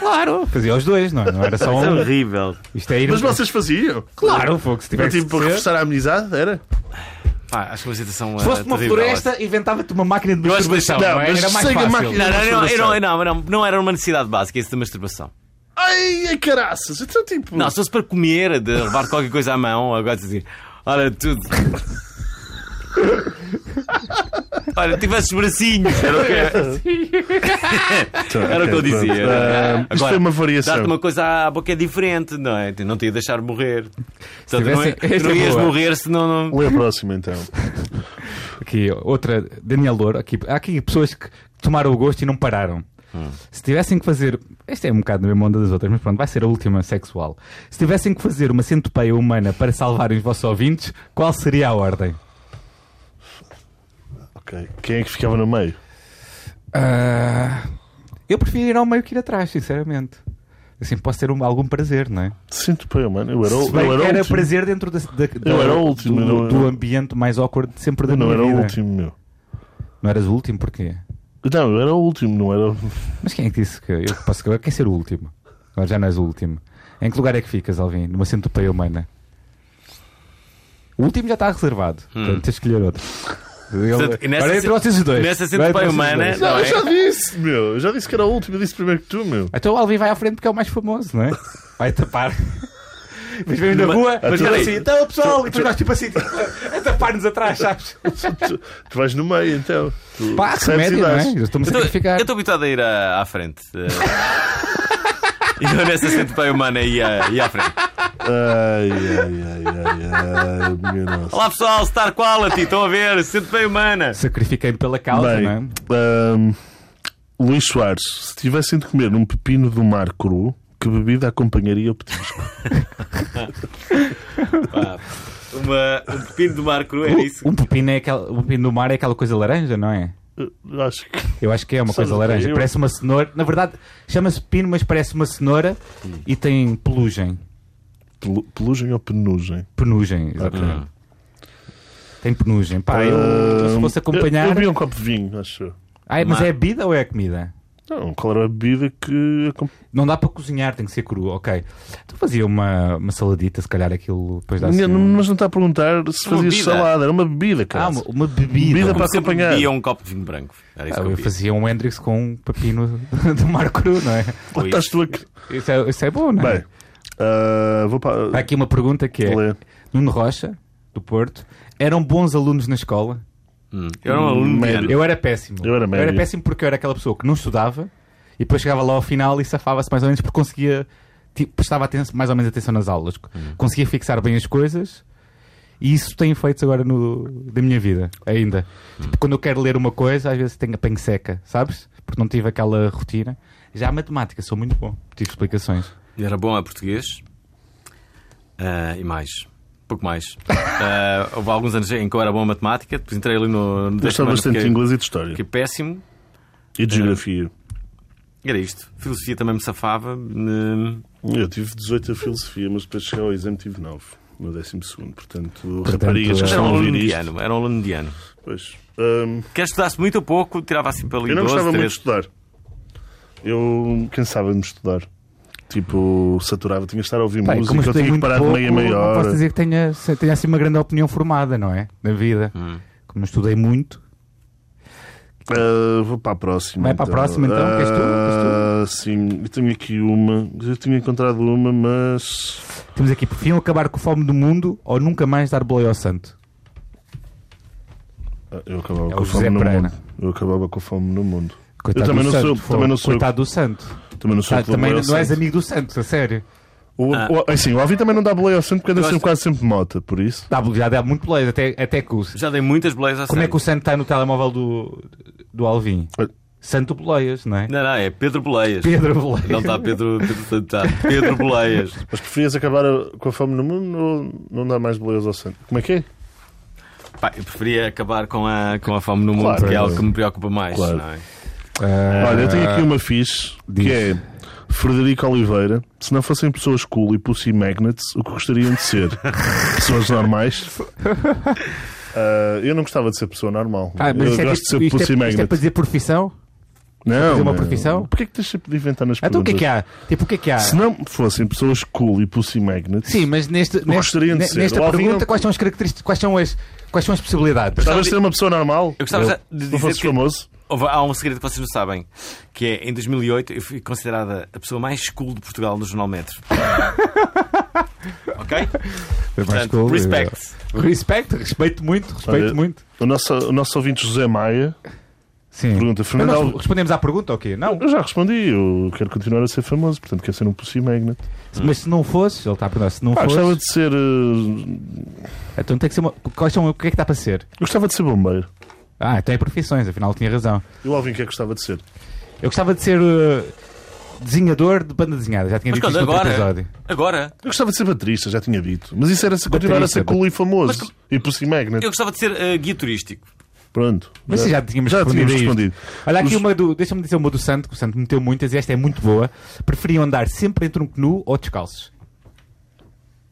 S3: Claro, fazia os dois, não, não era
S2: [laughs]
S3: só
S1: É
S3: um.
S1: horrível.
S3: Isto é ir.
S2: Mas vocês faziam?
S3: Claro, fogo, se
S2: Era
S3: tivesse.
S2: tipo
S3: de
S2: para
S3: ser.
S2: reforçar a amizade? Era?
S1: Pá, acho que uma situação. eh,
S3: Se fosse uma floresta, inventava-te uma máquina de
S1: Eu acho que
S3: masturbação.
S1: não,
S3: Não, é?
S2: mas
S3: era mais
S2: sem a
S3: fácil.
S2: máquina-
S1: Não, não, não, eu não, eu não, não, não era uma necessidade básica, isso da masturbação.
S2: Ai, a caraças! Então, tipo.
S1: Não, se fosse para comer, de levar qualquer coisa à mão, agora assim. Olha, tudo. Olha, tivesses bracinhos, era o que era o que eu dizia.
S2: Ah, isto
S1: Agora,
S2: foi uma variação.
S1: Dar-te uma coisa à boca é diferente, não é? Não te ia deixar morrer. Portanto, não,
S3: tivesse-
S1: é-
S3: Esta
S1: não
S3: é
S1: ias
S3: boa.
S1: morrer se não. não-
S2: Lê a próxima então.
S3: Aqui, outra, Daniel Louro. Aqui, há aqui pessoas que tomaram o gosto e não pararam. Se tivessem que fazer. Esta é um bocado na mesma onda das outras, mas pronto, vai ser a última sexual. Se tivessem que fazer uma centopeia humana para salvarem os vossos ouvintes, qual seria a ordem?
S2: Ok. Quem é que ficava no meio?
S3: Ah, eu prefiro ir ao meio que ir atrás, sinceramente. Assim, posso ter um- algum prazer, não é?
S2: Sinto para eu, mano. Eu era, o-
S3: Se bem
S2: eu
S3: que
S2: era
S3: era
S2: o último.
S3: prazer dentro da, da-
S2: Eu
S3: da-
S2: era o último,
S3: do,
S2: não era-
S3: do ambiente mais awkward de sempre da
S2: Eu não
S3: minha
S2: era
S3: vida.
S2: o último, meu.
S3: Não eras o último, porquê?
S2: Não, eu era o último, não era.
S3: Mas quem é que disse que eu posso agora? Quer ser o último? Agora já não és o último. Em que lugar é que ficas, Alvin? Numa centopeia humana? O último já está reservado. Portanto, tens de escolher outro. Ele-
S1: Hum. Portanto, e nessa
S3: Agora
S1: ce-
S3: entre vocês dois.
S1: nessa
S3: Agora entre
S1: centopeia
S3: vocês
S1: humana-
S3: dois.
S1: Não,
S2: Não, eu
S1: é?
S2: já disse, meu. Eu já disse que era o último. Eu disse primeiro que tu, meu.
S3: Então o Alvin vai à frente porque é o mais famoso, não é?
S1: [laughs]
S3: Vai tapar. Mas vem na rua,
S2: mas
S3: mas era
S2: peraí.
S3: assim, então pessoal, e depois nós tipo assim, tipo, a tapar-nos atrás, sabes?
S2: Tu, tu vais no meio, então. Tu
S3: Pá,
S2: recebes
S3: remédio,
S2: e
S3: não
S2: dás.
S3: é? Eu estou-me a
S1: Então, Eu
S3: sacrificar.
S1: estou habituado a ir à, à frente. eh. E eu nessa centopeia humana ia, ia à frente.
S2: Ai, ai, ai, ai, ai, meu nossa.
S1: Olá pessoal, Star Quality, estão a ver? Centopeia humana.
S3: Sacrifiquei-me pela causa,
S2: Bem,
S3: não é?
S2: ahm, Luís Soares, se tivessem de comer um pepino do mar cru, que bebida acompanharia o petisco?
S1: Pá, uma- um pepino do mar cru, era isso?
S2: [laughs]
S3: O, um pepino é aquela, o pepino do mar é aquela coisa laranja, não é?
S2: Eu Acho que.
S3: Eu acho que é uma
S2: Sabe
S3: coisa
S2: o que é?
S3: laranja.
S2: Eu-
S3: Parece uma cenoura. Na verdade, chama-se pepino, mas parece uma cenoura e tem pelugem.
S2: Pelu- Pelugem ou penugem? Hum,
S3: Penugem, exatamente. Tem penugem. Pá, Ah, eu, se
S2: Ahm,
S3: fosse
S2: Eu, Ah. eu
S3: acompanhar.
S2: bebi um copo de vinho, acho eu.
S3: Ai, mas
S1: Má.
S3: é a bebida ou é a comida?
S2: Não, qual era a bebida que. acom-
S3: Não dá para cozinhar, tem que ser cru, ok. Tu fazia uma, uma saladita, se calhar aquilo depois dá assim.
S2: Não,
S3: um-
S2: Mas não está a perguntar se
S1: Uma
S2: fazias
S1: bebida.
S2: salada, era uma bebida, cara.
S3: Ah, uma, uma bebida.
S2: Bebida
S1: Como
S2: para
S1: sempre
S2: acompanhar.
S1: bebia um copo de vinho branco. Era isso
S3: Ah,
S1: que eu
S3: eu
S1: bebia.
S3: fazia um Hendrix com um pepino [laughs] do mar cru, não é?
S1: Foi
S2: Estás
S1: isso.
S2: tu aqui.
S3: Isso é, isso é bom, não é?
S2: Bem, ah, vou
S3: Há
S2: para.
S3: aqui uma pergunta que é:
S2: Lê.
S3: Nuno Rocha, do Porto, eram bons alunos na escola?
S1: Hum. Eu era um aluno
S2: Médio.
S1: mediano.
S3: Eu era péssimo.
S2: Eu era médio.
S3: péssimo porque eu era aquela pessoa que não estudava e depois chegava lá ao final e safava-se mais ou menos porque conseguia, tipo, prestava aten- mais ou menos atenção nas aulas,
S2: Uhum.
S3: conseguia fixar bem as coisas e isso tem efeitos agora no, da minha vida, ainda.
S2: Uhum.
S3: Tipo, quando eu quero ler uma coisa, às vezes tenho apanho seca, sabes? Porque não tive aquela rotina. Já a matemática, sou muito bom, tive explicações.
S1: Eu era bom a português. Ah, e mais. Pouco
S2: [laughs]
S1: mais. Ah, houve alguns anos em que eu era bom a matemática, depois entrei ali no. no
S2: Eu
S1: décimo
S2: gostava
S1: ano,
S2: bastante de
S3: é.
S1: fiquei-
S2: inglês e de história.
S1: fiquei péssimo.
S2: E de geografia.
S1: Era isto. Filosofia também me safava. hum,
S2: Eu tive 18 a filosofia, mas depois cheguei ao exame tive 9. no 12 segundo. Portanto,
S3: Portanto,
S2: raparigas que
S3: é.
S1: Era
S2: estão a
S1: um aluno
S2: ouvir isto.
S1: indiano, era um aluno indiano.
S2: Pois. Hum,
S1: Quer estudasse muito ou pouco, tirava assim para ali
S2: eu não
S1: 12,
S2: gostava muito de
S1: 13.
S2: estudar. Eu cansava de me estudar. Tipo, saturava, tinha que estar a ouvir
S3: Pá, e
S2: música, eu
S3: estudei
S2: tinha que
S3: muito
S2: parar de
S3: pouco,
S2: meia a meia
S3: Não
S2: hora.
S3: posso dizer que tenha, se- tenha assim uma grande opinião formada, não é? Da vida. Como eu estudei muito.
S2: Ah, vou para a próxima.
S3: Vai para a próxima, então, queres tu?
S2: Ah, sim, eu tenho aqui uma. Eu tinha encontrado uma, mas.
S3: Temos aqui, por fim, acabar com a fome do mundo ou nunca mais dar boleia ao santo.
S2: Ah, Eu acabava
S3: É
S2: com
S3: o
S2: a
S3: José
S2: fome no
S3: Pereira.
S2: mundo. Eu acabava com a fome no mundo.
S3: Coitado
S2: também
S3: do
S2: não
S3: santo,
S2: sou- também não sou-
S3: Coitado do santo.
S2: Também não sou
S3: Tá,
S2: pela
S3: também
S2: boleia
S3: não és
S2: ao santo.
S3: amigo do santo, a sério.
S2: O,
S1: Ah.
S2: o- assim, o Alvin também não dá boleia ao santo porque anda
S1: Gosto.
S2: sempre, quase sempre de mota, por isso.
S3: Dá, já dá muito boleia, até, até que o...
S1: Já dei muitas boleias a
S3: Como é que
S1: santo.
S3: o santo está no telemóvel do, do Alvin?
S2: Olha.
S3: Santo boleias, não é?
S1: Não, não, é Pedro Boleias.
S3: Pedro boleias.
S1: Não está Pedro, Pedro Santo, está Pedro
S2: [laughs]
S1: Boleias.
S2: Mas preferias acabar a- com a fome no mundo ou não dar mais boleias ao santo? Como é que é?
S1: Pá, eu preferia acabar com a, com a fome no mundo,
S2: Claro.
S1: que é algo que me preocupa mais.
S2: Claro.
S1: Não é?
S3: Ah,
S2: Olha, eu tenho aqui uma fixe
S3: diz.
S2: que é Frederico Oliveira. Se não fossem pessoas cool e pussy magnets, o que gostariam de
S3: [laughs]
S2: ser? pessoas normais? Ah, eu não gostava de ser pessoa normal.
S3: Ah, mas
S2: eu
S3: isto é,
S2: gosto
S3: tipo-
S2: de ser
S3: isto, é,
S2: pussy
S3: isto é
S2: magnet.
S3: para dizer profissão?
S2: não,
S3: fazer uma
S2: meu.
S3: profissão?
S2: Porquê é que tens sempre de inventar nas
S3: Então o que é que
S2: perguntas?
S3: há? Tipo, o que é que há?
S2: Se não fossem pessoas cool e pussy magnets,
S3: Sim, mas neste, neste-
S2: gostariam de
S3: ne-
S2: ser.
S3: nesta
S2: O Alvin
S3: pergunta,
S2: não-
S3: quais são as características, quais são as, quais são as possibilidades?
S2: gostavas de ser uma pessoa normal?
S1: Eu gostava já de
S2: Se
S1: dizer
S2: não fosses
S1: que-
S2: famoso?
S1: Houve- há um segredo que vocês não sabem, que é em 2008 eu fui considerada a pessoa mais cool de Portugal no Jornal Metro. ok? Portanto, respect.
S3: Respeito, respeito muito, respeito
S2: Olha,
S3: muito.
S2: O nosso, o nosso ouvinte José Maia
S3: Sim.
S2: pergunta:
S3: Mas
S2: Fernando,
S3: nós
S2: Al-
S3: respondemos à pergunta ou quê? Não,
S2: eu já respondi, eu quero continuar a ser famoso, portanto quero ser um pussy magnet.
S3: mas se não fosse, ele está a perguntar, se não
S2: Pá,
S3: fosse,
S2: Ah, gostava de ser. eh,
S3: então tem que ser uma, quais são, o que é que está para ser?
S2: Eu gostava de ser bombeiro.
S3: Ah, então é profissões, afinal tinha razão.
S2: E o Alvin que é que gostava de ser?
S3: Eu gostava de ser uh, desenhador de banda desenhada, já tinha
S1: Mas
S3: dito
S1: quando
S3: isto no outro
S1: agora?
S3: episódio.
S1: Agora?
S2: Eu gostava de ser baterista, já tinha dito. Mas isso era se continuar a
S3: Baterista,
S2: ser cool e famoso. E por si magnet.
S1: Eu gostava de ser eh, guia turístico.
S2: Pronto.
S3: Mas já, já tínhamos
S2: já
S3: respondido
S2: tínhamos
S3: a isto.
S2: respondido.
S3: Olha aqui
S2: Os-
S3: uma do. Deixa-me dizer uma do Santo, que o Santo meteu muitas e esta é muito boa. Preferiam andar sempre em tronco nu ou descalços?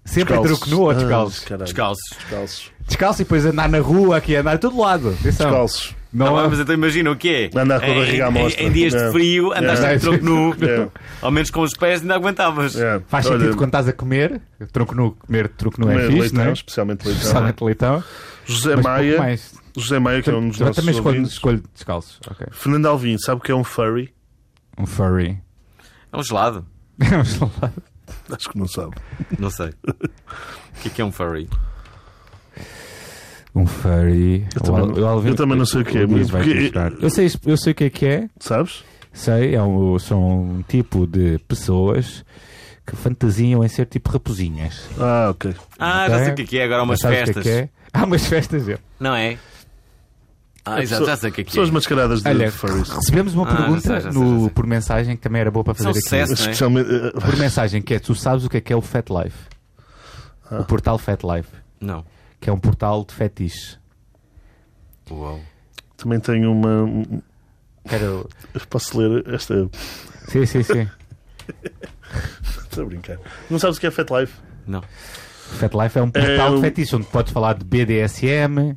S3: Sempre em tronco
S2: Ah.
S3: nu ou descalços?
S1: Descalços.
S2: Descalços.
S3: Descalço e depois andar na rua, aqui, andar a todo lado. Atenção.
S2: Descalços.
S3: Não,
S1: Ah,
S3: há-
S1: mas então imagina o que é.
S2: Andar com a
S1: Em-
S2: barriga à
S1: em-
S2: mostra.
S1: Em, dias de
S2: É.
S1: frio, andaste
S2: É.
S1: de tronco nu.
S2: É.
S1: Ao menos com os pés ainda aguentavas.
S2: É.
S3: [laughs] faz
S2: Olha,
S3: sentido quando estás a comer. Tronco nu, comer tronco nu
S2: comer
S3: é fixe,
S2: leitão,
S3: não é?
S2: especialmente leitão.
S3: Especialmente leitão.
S2: José
S3: Mas pouco
S2: Maia.
S3: mais.
S2: José Maia, que é um dos
S3: Eu também
S2: nossos
S3: escolho,
S2: ouvintes.
S3: escolho descalços. ok.
S2: Fernando Alvim, sabe o que é um furry?
S3: Um furry. [laughs]
S1: É um gelado.
S3: É um gelado.
S2: Acho que não sabe.
S1: Não sei. O que é que é um furry?
S3: um furry.
S2: Eu também
S3: O Al-
S2: não-
S3: o Alvin-
S2: eu também não sei o que é,
S3: Dias
S2: mas
S3: vai
S2: porque-
S3: buscar. Eu sei, eu sei o que é que é.
S2: Sabes?
S3: Sei, é um- são um tipo de pessoas que fantasiam em ser tipo raposinhas.
S2: Ah, ok.
S1: Ah,
S3: Ok.
S1: já sei o que é que é. Agora há umas
S3: Já sabes o
S1: festas.
S3: Que é que é? Há umas festas. é.
S1: Não é? Ah,
S2: É
S1: exato,
S2: pessoa-
S1: já sei o que é que é.
S2: Pessoas mascaradas de
S3: Olha,
S2: furries.
S3: recebemos uma
S1: Ah, já
S3: pergunta
S1: sei, já sei,
S3: no-
S1: já sei.
S3: por mensagem que também era boa para
S1: Isso é um
S3: fazer aqui.
S1: sucesso. [laughs] não é?
S2: Especialmente. eh,
S3: Por mensagem que é: tu sabes o que é que é o Fat Life? O portal Fat Life,
S1: Não.
S3: que é um portal de fetiche.
S1: Uau.
S2: eh, Também tenho uma. um-
S3: Quero...
S2: Posso ler esta. [laughs]
S3: Sim, sim, sim.
S2: Estou a brincar. Não sabes o que é Fat Life?
S1: Não.
S3: Fat Life é um portal
S2: É
S3: de
S2: um-
S3: fetiche onde podes falar de BDSM,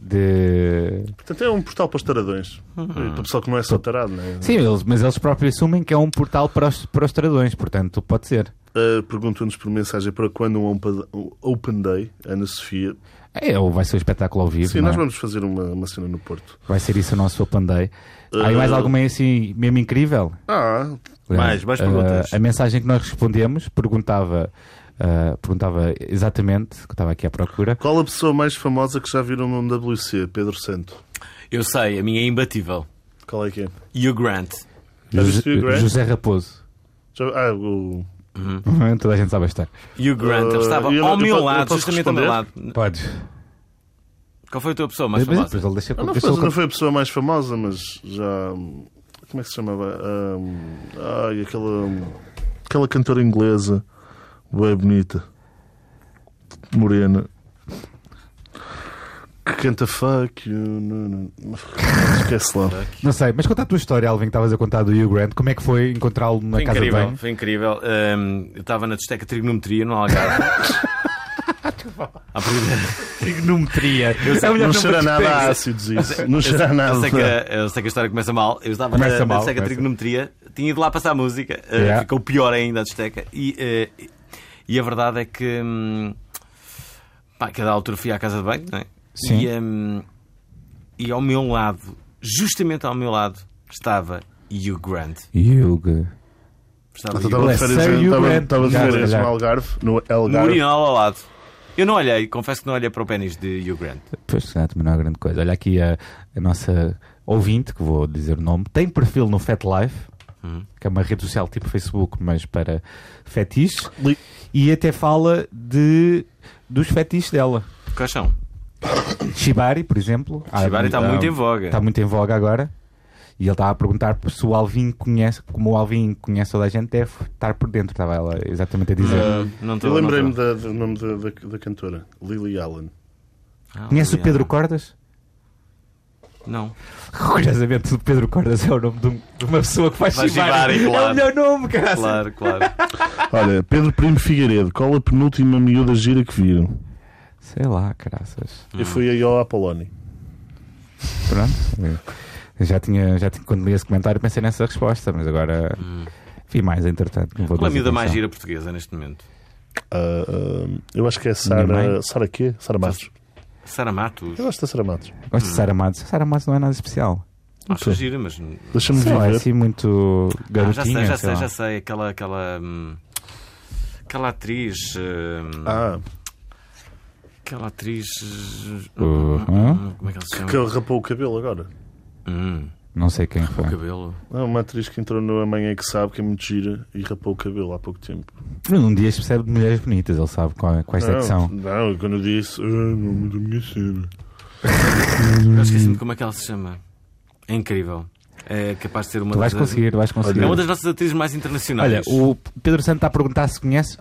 S3: de
S2: Portanto, é um portal para os taradões.
S1: Uhum.
S2: Para o pessoal que não é só tarado, não é?
S3: Sim, eles- mas eles próprios assumem que é um portal para os, para os tradões, portanto, pode ser.
S2: Uh, Perguntam-nos por mensagem para quando um open- um Open Day, Ana Sofia.
S3: É, ou vai ser um espetáculo ao vivo.
S2: Sim,
S3: não
S2: nós
S3: é?
S2: vamos fazer uma, uma cena no Porto.
S3: Vai ser isso o nosso Open Day. Há aí
S2: Uh,
S3: mais alguma assim, mesmo incrível?
S2: Ah, Mais, mais perguntas.
S3: Uh, a mensagem que nós respondemos perguntava, uh, perguntava exatamente, que eu estava aqui à procura.
S2: qual a pessoa mais famosa que já viram no MWC? Pedro Santo.
S1: Eu sei, a minha é imbatível.
S2: Qual é que é?
S1: Hugh Grant.
S2: Já viste o Grant?
S3: José Raposo. [laughs]
S2: Já- ah, o.
S3: Toda a gente sabe estar.
S1: Hugh Grant, ele
S2: Uh,
S1: estava
S2: eu não-
S1: ao
S2: eu
S1: meu
S2: posso- eu
S1: lado,
S2: posso
S1: justamente ao meu lado.
S3: Podes.
S1: Qual foi a tua pessoa mais
S3: Mas,
S1: famosa?
S3: depois ele deixa,
S2: Ah, não,
S3: deixa
S2: foi,
S3: ele
S2: não foi a pessoa mais famosa, mas já. Como é que se chamava? Ah, ai, aquela. Aquela cantora inglesa. Bem bonita. Morena. Que canta fuck you. Não, não, não. Esquece lá.
S3: Não sei, mas conta a tua história, Alvin, que estavas a contar do Hugh Grant. Como é que foi encontrá-lo na
S1: Foi
S3: casa de
S1: incrível, Hum,
S3: banho?
S1: foi incrível. Ahm, eu estava na desteca de trigonometria no Algarve. À partida-
S3: Ignometria.
S2: Não cheira nada a ácidos isso. Não
S1: Eu,
S2: cheira nada.
S1: eu sei que, é a- Uh, eu sei que a história começa mal. Eu estava
S3: Começa
S1: na,
S3: mal,
S1: na seca
S3: começa.
S1: trigonometria, tinha ido lá passar música, eh,
S3: Yeah.
S1: ficou pior ainda a desteca. E, eh, e a verdade é que hum, pá, cada altura fui à casa de banho, não é?
S3: Sim.
S1: E, hum, e ao meu lado, justamente ao meu lado, estava Hugh Grant.
S3: Yuga.
S1: Estava Hugh
S2: Eu Estava de
S1: Grant.
S3: Bless
S2: férias,
S3: you,
S2: estava-
S3: Grant.
S2: estava de
S3: Já,
S2: férias
S3: já.
S2: no Algarve, no
S1: No
S2: Algarve.
S1: urinal ao lado. Eu não olhei, confesso que não olhei para o pênis de Hugh Grant.
S3: Pois já, também não é grande coisa. Olha aqui a, a nossa ouvinte, que vou dizer o nome, tem perfil no FetLife,
S1: Uhum.
S3: que é uma rede social tipo Facebook, mas para fetiches,
S2: Li-
S3: e até fala de, dos fetiches dela.
S1: Quais são?
S3: Shibari, por exemplo. Há-
S1: Shibari está
S3: há-
S1: muito em voga.
S3: Está muito em voga agora. E ele estava a perguntar se o Alvin conhece, como o Alvin conhece toda a gente, deve estar por dentro, estava ela exatamente a dizer.
S2: Ah,
S1: Não estou-
S2: Eu
S1: não
S2: lembrei-me
S1: estou.
S2: da- do nome da, da, da cantora, Lily Allen.
S1: Ah,
S3: conhece o
S1: Liliana.
S3: Pedro Cordas?
S1: Não.
S3: Curiosamente, o Pedro Cordas é o nome de, um- de uma pessoa que faz
S1: Faz
S3: Shibari.
S1: Shibari, claro.
S3: É o melhor nome, cara.
S1: Claro,
S3: [laughs]
S1: claro.
S2: Olha, Pedro Primo Figueiredo, qual a penúltima miúda gira que viram?
S3: Sei lá, caraças.
S2: Eu fui aí ao Apoloni.
S3: Pronto. Eu Já tinha, já tinha, quando li esse comentário, pensei nessa resposta, mas agora vi mais, entretanto. Não vou
S1: Qual é a
S3: dizer
S1: Hum. miúda
S3: quem
S1: mais
S3: são.
S1: gira portuguesa neste momento?
S2: Ah, ah, eu acho que é
S3: Minha mãe?
S2: Sara. Sara quê? Sara Matos.
S1: Sara Matos.
S2: Eu gosto da Sara Matos.
S3: Gosto
S1: Hum.
S3: de Sara Matos. Sara Matos não é nada especial.
S1: Acho que gira, mas.
S2: Deixa-me
S3: Sei lá, é
S2: viver.
S3: assim muito
S1: Ah, já sei,
S3: garotinha.
S1: já
S3: sei
S1: sei,
S3: lá.
S1: já sei. Aquela. Aquela, hum, aquela atriz. hum,
S2: Ah,
S1: Aquela atriz. hum,
S3: Uhum.
S1: Como é que ela se chama?
S2: que rapou o cabelo agora.
S1: Hum,
S3: Não sei quem foi.
S1: o cabelo.
S2: É uma atriz que entrou no Amanhã que sabe que é muito gira e rapou o cabelo há pouco tempo.
S3: Bruno, Um dia se percebe de mulheres bonitas, ele sabe qual- quais é
S2: não,
S3: que são.
S2: Não, quando eu disse, ah, não da minha cena.
S1: Eu
S3: Hum.
S1: esqueci-me como é que ela se chama. É incrível. É capaz de ser uma
S3: Tu vais
S1: das.
S3: conseguir, vais conseguir.
S1: É uma das nossas atrizes mais internacionais.
S3: Olha, o Pedro Santo está a perguntar se conhece.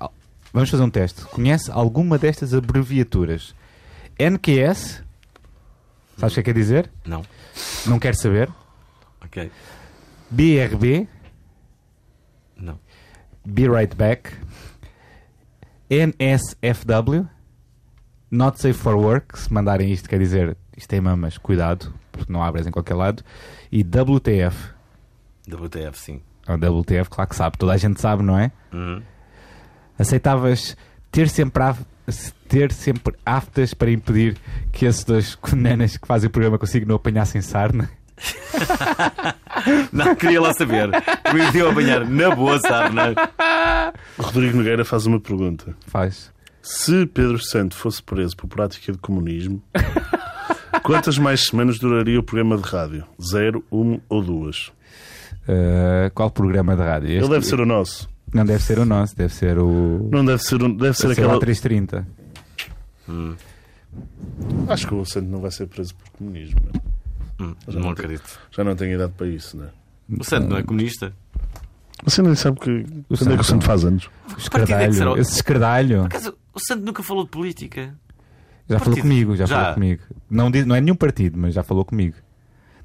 S3: Vamos fazer um teste. Conhece alguma destas abreviaturas? NQS? Sabes o que é que quer dizer?
S1: Não.
S3: Não quer saber.
S1: Ok.
S3: BRB?
S1: Não.
S3: Be Right Back. NSFW? Not Safe for Work. Se mandarem isto, quer dizer isto tem mamas, cuidado, porque não abres em qualquer lado. E WTF?
S1: WTF, sim.
S3: A WTF, claro que sabe, toda a gente sabe, não é?
S1: Hum.
S3: Aceitavas ter sempre, af- ter sempre aftas para impedir que esses dois [laughs] nanas que fazem o programa consigo não apanhassem sarna?
S1: Não, queria lá
S3: [laughs]
S1: saber. Me deu a banhar na boa, sabe? não? é?
S2: Rodrigo Nogueira faz uma pergunta.
S3: Faz.
S2: Se Pedro Santo fosse preso por prática
S3: [laughs]
S2: de comunismo, quantas mais semanas duraria o programa de rádio? Zero, um ou duas?
S3: Uh, qual programa de rádio?
S2: Ele
S3: Este-
S2: deve ser o nosso.
S3: Não deve ser o nosso, deve ser o.
S2: Não deve ser, um, deve ser
S3: deve ser o
S2: aquela.
S3: A330.
S2: Acho que o Santo não vai ser preso por comunismo. né?
S1: Hum, não acredito.
S2: Já não tenho idade para isso, né?
S1: O Santo não é comunista?
S2: Você nem sabe que.
S3: O
S2: Quando é que o
S3: Santo.
S2: Santo faz anos?
S1: Partido é que será
S3: Escardalho.
S1: o-
S3: Esse escardalho.
S1: Por acaso, o Santo nunca falou de política.
S3: Já falou
S1: partido?
S3: comigo, já,
S1: Já.
S3: falou comigo. Não, diz, não é nenhum partido, mas já falou comigo.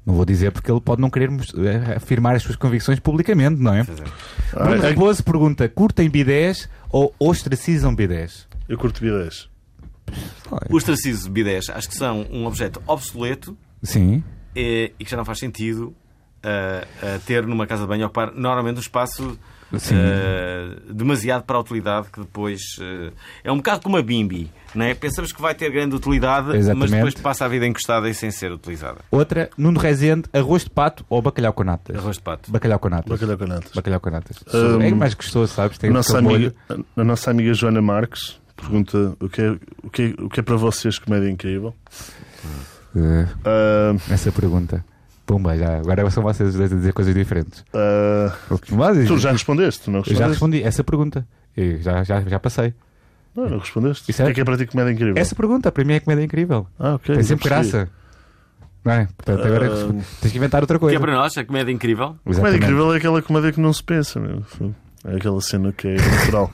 S3: Não vou dizer porque ele pode não querer mos- eh, afirmar as suas convicções publicamente, não é?
S1: Quer dizer,
S2: Ah,
S3: Bruno
S2: é-
S3: Raposo pergunta: curtem bidés ou ostracizam bidés?
S2: eu curto bidés.
S1: Os tracisos B10 acho que são um objeto obsoleto
S3: Sim.
S1: eh, e, que já não faz sentido ah, ah, ter numa casa de banho ocupar normalmente um espaço
S3: Sim.
S1: ah, demasiado para a utilidade que depois eh, é um bocado como a bimbi. Não é? Pensamos que vai ter grande utilidade, mas
S3: Exatamente.
S1: depois passa a vida encostada e sem ser utilizada.
S3: Outra: Nuno Rezende, arroz de pato ou bacalhau com natas?
S1: Arroz de pato.
S3: Bacalhau com natas.
S2: Bacalhau com natas.
S3: Bacalhau com natas.
S2: Hum,
S3: é que mais gostou, sabes? Tem
S2: A nossa,
S3: aquele
S2: amiga,
S3: molho.
S2: a nossa amiga Joana Marques pergunta o que é, o que é, o que é para vocês comédia incrível.
S3: Eh,
S2: Ah,
S3: essa pergunta. Pumba, já. Agora são vocês os dois a dizer coisas diferentes.
S2: ah, tu já respondeste, tu não
S3: Eu já
S2: respondeste?
S3: respondi essa pergunta. Eu já, já, já passei.
S2: Não, não respondeste.
S3: Isso é-
S2: O que é que é para ti comédia incrível?
S3: Essa pergunta, para mim, é comédia incrível.
S2: Ah, ok.
S3: Tem
S2: já
S3: sempre
S2: percebi.
S3: graça. Não é? Portanto, agora
S2: Ah,
S3: tens que inventar outra
S1: O que
S3: coisa.
S1: é para nós, a comédia incrível.
S2: Comédia
S3: Exatamente.
S2: incrível é aquela comédia que não se pensa, meu. É aquela cena que é
S3: [laughs]
S2: natural.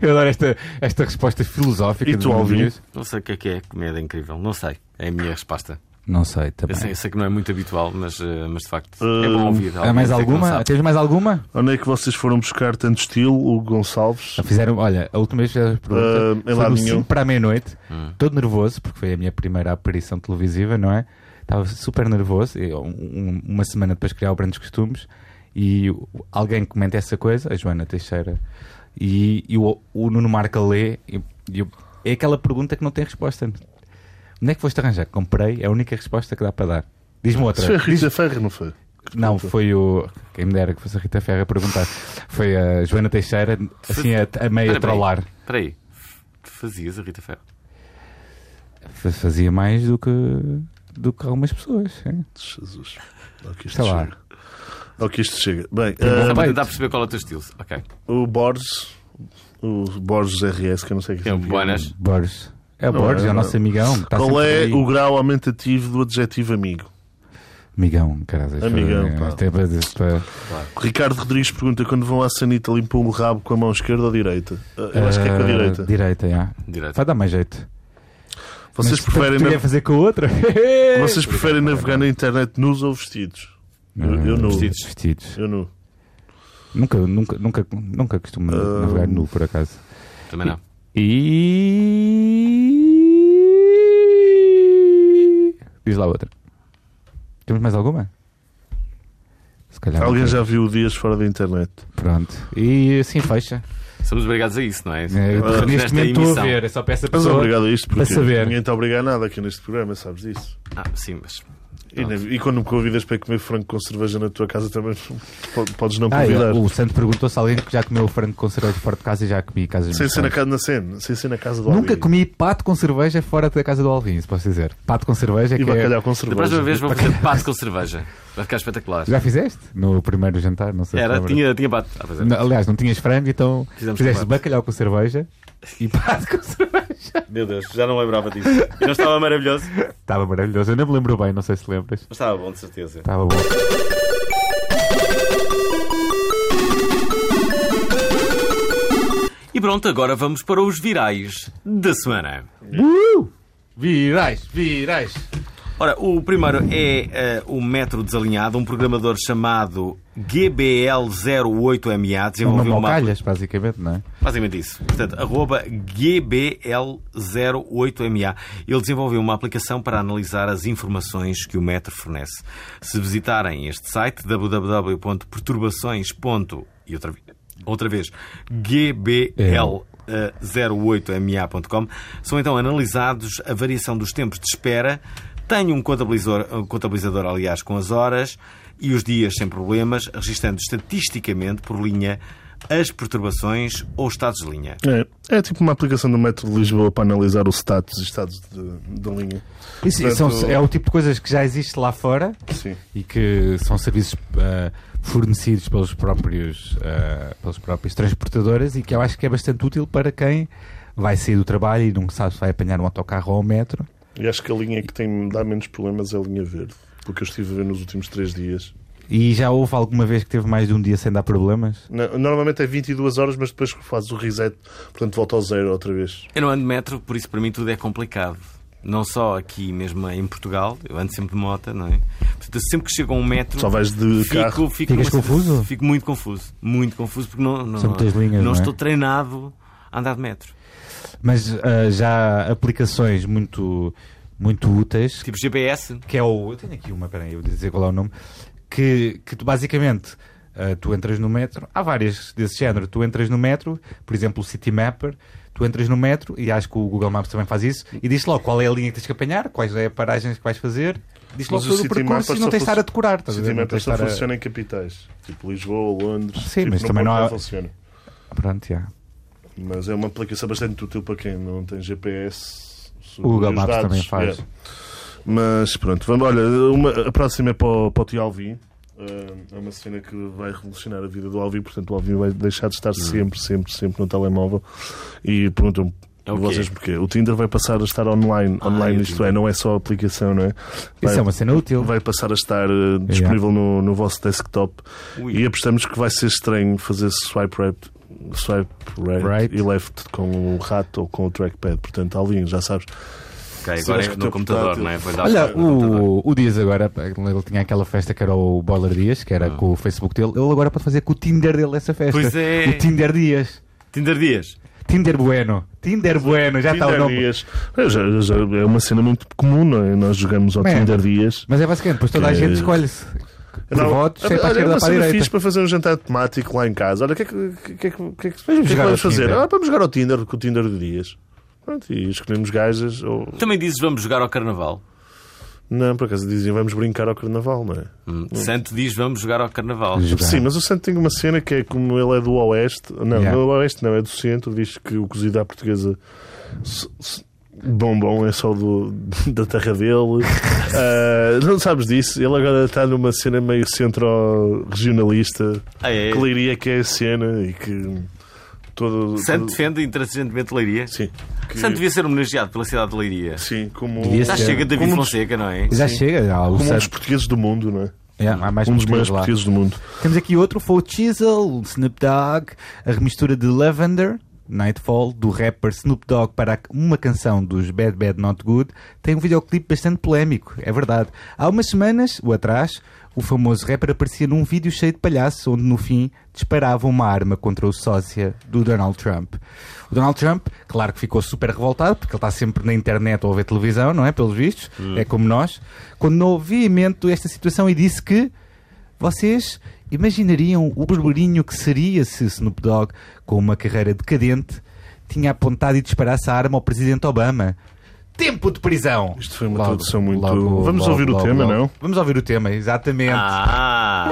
S3: Eu adoro esta, esta resposta filosófica.
S2: E
S3: de
S2: tu, Alvin?
S3: Luís.
S1: Não sei o que é que é comédia incrível. Não sei. É a minha resposta.
S3: Não sei
S1: Eu
S3: também.
S1: sei, eu sei que não é muito habitual, mas, eh, mas de facto é
S2: Eh,
S1: bom ouvir.
S3: Há
S1: alguém é
S3: mais
S1: que não
S3: alguma?
S1: sabe.
S3: Tens mais alguma?
S2: Onde é que vocês foram buscar tanto estilo, o Gonçalves?
S3: Então Fizeram, olha, a última vez que fizeram a pergunta
S2: Ah, em
S3: foi
S2: lado
S3: no
S2: nenhum.
S3: 5 para a meia-noite, todo nervoso, porque foi a minha primeira aparição televisiva, não é? Estava super nervoso, e um- um- uma semana depois criar o Brandos Costumes, e o- alguém comenta essa coisa, a Joana Teixeira, e, e o, o Nuno Marca lê, e, e eu- é aquela pergunta que não tem resposta. Onde é que foste arranjar? Comprei, é a única resposta que dá para dar. Diz-me outra.
S2: Isso é foi a
S3: Diz-
S2: Rita Ferro, não foi?
S3: não, foi o. Quem me dera que fosse a Rita Ferra a perguntar. Foi a Joana Teixeira, assim a, a meio
S1: Espera,
S3: trollar.
S1: Espera aí. Fazias a Rita Ferro?
S3: Eh, Fa- Fazia mais do que, do que algumas pessoas. é.
S2: Jesus. Ao que isto
S3: Sei lá.
S2: chega. Ao que isto chega. Bem,
S1: Só
S2: ah,
S1: para tentar perceber qual é o teu estilo. Ok.
S2: o Borges, o Borges RS, que eu não sei o que
S1: É o
S2: significa.
S1: Buenas.
S3: Borges. É o
S2: Não,
S3: Borges, é,
S2: é,
S3: o nosso amigão. Tá
S2: Qual
S3: sempre
S2: é
S3: ali.
S2: o grau aumentativo do adjetivo amigo?
S3: Amigão, caralho.
S2: Amigão,
S3: foi-
S2: pá.
S3: isto é para- isto é-
S2: Ricardo Rodrigues pergunta quando vão à sanita limpam o rabo com a mão esquerda ou direita? Ah, Eu acho que é com a
S3: Ah,
S2: direita.
S3: Direita, já.
S1: Direto.
S3: Vai dar mais jeito.
S2: Vocês
S3: Mas é tu-
S2: preferem,
S3: tu
S2: na-
S3: ia fazer com a outra?
S2: [laughs] Vocês preferem navegar na internet nus ou vestidos? eu- eu não.
S3: Ah, Vestidos. vestidos.
S2: Eu nu.
S3: Nunca, nunca, nunca, nunca costumo
S2: Ah.
S3: navegar nu, por acaso.
S1: Também não.
S3: E. Diz lá outra. Temos mais alguma? Se calhar. não
S2: Alguém
S3: tem.
S2: já viu o Dias fora da internet?
S3: Pronto. E assim fecha.
S1: Somos obrigados a isso, não é?
S3: É,
S1: Estamos nesta
S3: neste momento estou a
S1: emissão.
S3: ver. É só para essa
S2: Mas
S3: pessoa.
S2: obrigado a isto, porque
S3: a saber.
S2: ninguém te obriga a nada aqui neste programa, sabes disso.
S1: Ah, sim, mas.
S2: E, na- e quando me convidas para comer frango com cerveja na tua casa também [laughs] po- podes não
S3: Ah,
S2: convidar.
S3: o Santo perguntou se alguém que já comeu frango com cerveja fora de casa e já comi casas
S2: Sem ser na casa, na cena, sem ser na casa do
S3: Nunca
S2: alguém.
S3: comi pato com cerveja fora da casa do Alvin, se posso dizer. Pato com cerveja
S2: E
S3: que é...
S2: bacalhau com
S1: Da próxima
S2: cerveja.
S1: vez vou fazer pato
S3: [laughs]
S1: com cerveja. Vai ficar espetacular.
S3: Já fizeste? No primeiro jantar, não sei. se
S1: Era,
S3: lembra.
S1: tinha, tinha ah, pato a fazer.
S3: Não, aliás, não tinhas frango, então
S1: Fizemos
S3: fizeste
S1: com pato.
S3: bacalhau com cerveja e [laughs] pato com cerveja.
S1: Meu Deus, já não lembrava disso. E não estava maravilhoso? Mas
S3: Estava maravilhoso. Eu nem me lembro bem, não sei se lembras.
S1: estava bom, de certeza.
S3: Estava bom.
S1: E pronto, agora vamos para os virais da semana.
S3: Uh! Virais, virais.
S1: Ora, o primeiro é eh, o Metro Desalinhado, um programador chamado GBL08MA.
S3: Uma
S1: Desenvolveu uma.
S3: mocalhas, basicamente, não é?
S1: Basicamente isso. Portanto, arroba GBL08MA. Ele desenvolveu uma aplicação para analisar as informações que o Metro fornece. Se visitarem este site, www.perturbações.com. E outra, vi- outra vez, GBL. 08ma.com são então analisados a variação dos tempos de espera. Tenho um contabilizador, um contabilizador, aliás, com as horas e os dias sem problemas, registando estatisticamente por linha as perturbações ou estados de linha.
S2: É, é tipo uma aplicação do Metro de Lisboa para analisar o status e estados de- da linha.
S3: Isso, isso
S2: Portanto-
S3: são- é o tipo de coisas que já existe lá fora
S2: Sim.
S3: e que são serviços ah, fornecidos pelos próprios, ah, pelas próprias transportadoras e que eu acho que é bastante útil para quem vai sair do trabalho e não sabe se vai apanhar um autocarro ou um metro.
S2: E acho que a linha que tem, dá menos problemas é a linha verde. Porque eu estive a ver nos últimos três dias.
S3: E já houve alguma vez que teve mais de um dia sem dar problemas?
S2: Na- Normalmente é 22 horas, mas depois que fazes o reset, portanto volta ao zero outra vez.
S1: Eu não ando de metro, por isso para mim tudo é complicado. Não só aqui mesmo em Portugal, eu ando sempre de moto, não é? Portanto, sempre que chego a um metro.
S2: Só vais de
S1: Fico,
S2: carro.
S1: fico
S3: Ficas
S1: numa-
S3: confuso?
S1: Fico muito confuso. Muito confuso porque não, não,
S3: São muitas linhas,
S1: não
S3: não é?
S1: estou treinado a andar de metro.
S3: Mas ah, já há aplicações muito, muito úteis
S1: Tipo GPS.
S3: que é o. Eu tenho aqui uma, peraí, eu vou dizer qual é o nome. Que, que tu basicamente ah, tu entras no metro, há várias desse género. Tu entras no metro, por exemplo, o City Mapper, tu entras no metro e acho que o Google Maps também faz isso e diz logo qual é a linha que tens que apanhar, quais é a paragem que vais fazer, diz logo
S2: Mas o
S3: todo o
S2: City
S3: percurso
S2: Mapper
S3: e não
S2: só
S3: tens de estar
S2: func-
S3: a decorar. estás a ver?
S2: Sim,
S3: Não
S2: mas
S3: tens de
S2: só
S3: estar a-
S2: funciona em capitais, tipo Lisboa, Londres.
S3: Sim,
S2: tipo,
S3: mas
S2: no
S3: também
S2: Porto
S3: não há-
S2: funciona.
S3: Pronto, já.
S2: Mas é uma aplicação bastante útil para quem não tem GPS. sobre
S3: O Google
S2: os
S3: Maps
S2: dados,
S3: também faz.
S2: é. Mas pronto, vamos, olha, uma- a próxima é para o, para o Tio Alvin. Ah, É uma cena que vai revolucionar a vida do Alvin, portanto o Alvin vai deixar de
S3: Hum.
S2: estar sempre, sempre, sempre no telemóvel. E perguntam
S1: É o quê?
S2: vocês porquê. O Tinder vai passar a estar online,
S1: Ah,
S2: online
S1: é o
S2: isto
S1: Tinder.
S2: é, não é só a aplicação, não é? Vai,
S3: Isso é uma cena útil.
S2: vai passar a estar eh, disponível no, no vosso desktop
S1: Ui.
S2: e apostamos que vai ser estranho fazer swipe right, swipe right,
S3: Right.
S2: e left com o rato ou com o trackpad. Portanto, Alvin, já sabes.
S1: Ok,
S2: Se
S1: agora
S2: tiveres
S1: é
S2: que
S1: no
S2: ter
S1: computador,
S2: portátil.
S1: não é? Pois dá
S3: Olha,
S1: para- computador.
S3: o, o Dias agora, pá, ele tinha aquela festa que era o Boiler Dias, que
S2: Ah.
S3: era com o Facebook dele. Ele agora pode fazer com o Tinder dele essa festa.
S1: Pois é.
S3: O Tinder Dias.
S1: Tinder Dias.
S3: Tinder Bueno. Tinder Bueno, já está o
S2: Tinder
S3: nome.
S2: Dias. É, já- já- é uma cena muito comum, não é? Nós jogamos ao
S3: Man.
S2: Tinder Dias.
S3: Mas é basicamente, depois toda a
S2: Que-
S3: gente escolhe-se. Por
S2: Não,
S3: votos,
S2: olha,
S3: sempre à
S2: olha, é
S3: esquerda para
S2: uma
S3: a
S2: cena fixe
S3: direita.
S2: para fazer um jantar temático lá em casa. Olha, o que é que, o que, é que, o que, é que- o que é que
S3: jogar
S2: vamos
S3: ao
S2: fazer?
S3: Tinder.
S2: Ah, vamos jogar ao Tinder com o Tinder do Dias. Pronto, e escolhemos gajas ou.
S1: Também dizes vamos jogar ao carnaval.
S2: Não, por acaso diziam vamos brincar ao carnaval, não é?
S1: Hum, Santo diz vamos jogar ao carnaval.
S3: Jogar.
S2: Tipo, Sim, mas o Santo tem uma cena que é como ele é do Oeste, não,
S3: Yeah.
S2: do Oeste não, é do Centro, diz que o cozido à portuguesa s- s- bombom é só do, [laughs] da
S3: [laughs]
S2: terra dele. Ah, não sabes disso? Ele agora está numa cena meio centro-regionalista,
S1: Ah, é.
S2: que leiria que é a cena e que todo.
S1: Santo
S2: todo-
S1: defende intransigentemente Leiria.
S2: Sim. que-
S1: Santo devia ser homenageado pela cidade de Leiria.
S2: Sim, como.
S3: Devia
S1: Já
S3: Sim.
S1: chega David
S2: Como- um
S1: Fonseca, não é?
S3: Já chega, já, o
S2: Como um dos
S3: Santos.
S2: portugueses do mundo, não é?
S3: É, há mais
S2: um dos
S3: portugueses
S2: maiores
S3: lá.
S2: portugueses do mundo.
S3: Temos aqui outro, foi o Chisel, o Snoop Dogg, a remistura de Lavender, Nightfall, do rapper Snoop Dogg para uma canção dos Bad Bad Not Good, tem um videoclipe bastante polémico, é verdade. Há umas semanas, o atrás, o famoso rapper aparecia num vídeo cheio de palhaço, onde no fim disparava uma arma contra o sócia do Donald Trump. O Donald Trump, claro que ficou super revoltado, porque ele está sempre na internet ou a ver televisão, não é? Pelos vistos, é como nós. Condenou veemente esta situação e disse que vocês imaginariam o burburinho que seria se Snoop Dogg, com uma carreira decadente, tinha apontado e disparasse a arma ao presidente Obama? Tempo de prisão!
S2: Isto foi uma
S3: Logo,
S2: tradução muito.
S3: logo,
S2: Vamos
S3: logo,
S2: ouvir o
S3: logo,
S2: tema,
S3: logo.
S2: não?
S3: Vamos ouvir o tema, exatamente.
S1: Ah!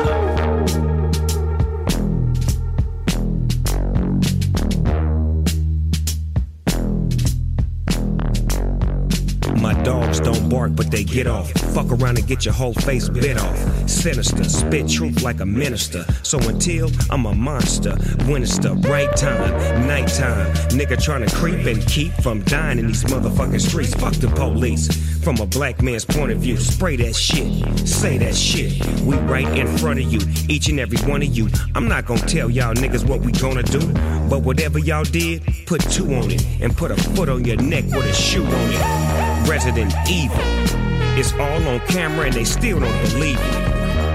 S4: My dogs don't bark, but they get off. Fuck around and get your whole face bit off. Sinister, spit truth like a minister. So until I'm a monster, winter's the right time, nighttime. Nigga tryna creep and keep from dying in these motherfucking streets. Fuck the police. From a black man's point of view, spray that shit, say that shit. We right in front of you, each and every one of you. I'm not gonna tell y'all niggas what we gonna do, but whatever y'all did, put two on it and put a foot on your neck with a shoe on it. Resident Evil. It's all on camera and they still don't believe me.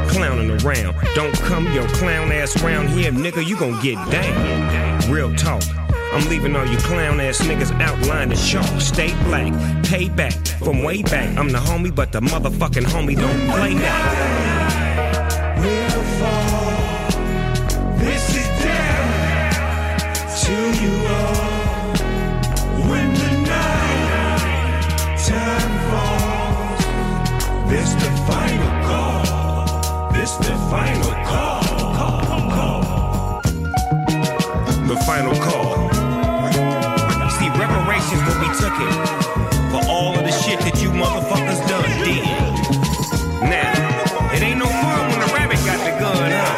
S4: Clowning around. Don't come your clown ass round here, nigga. You gon' get down. Real talk. I'm leaving all you clown ass niggas outline the show. Stay black, pay back from way back. I'm the homie, but the motherfucking homie don't play that. We'll fall. This is down to you all. When the night time falls. This the final call. This the final call. call, call. The final call. See, reparations when we took it for all of the shit that you motherfuckers done did. Now, it ain't no fun when the rabbit got the gun, huh?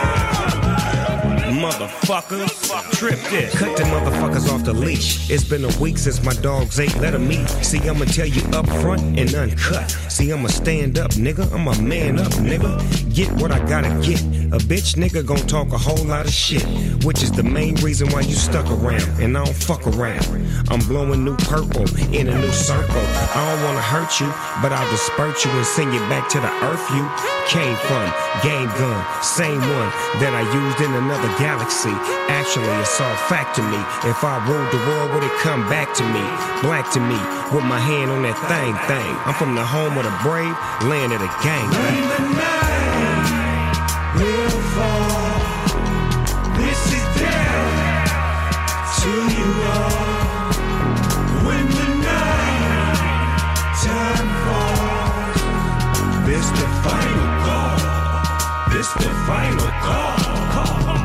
S4: Motherfuckers, trip this. Cut the motherfuckers off the leash. It's been a week since my dogs ate. Let 'em eat. See, I'ma tell you up front and uncut. See, I'ma stand up, nigga. I'm a man up, nigga. Get what I gotta get. A bitch nigga gon' talk a whole lot of shit, which is the main reason why you stuck around. And I don't fuck around. I'm blowing new purple in a new circle. I don't wanna hurt you, but I'll disperse you and send you back to the earth you came from. Game gun, same one that I used in another galaxy. Actually, it's all fact to me. If I ruled the world, would it come back to me? Black to me, with my hand on that thing thing. I'm from the home of the brave, land of the gang. We'll fall. This is down to you all. When the night time falls, this the final call. This the final call. call, call.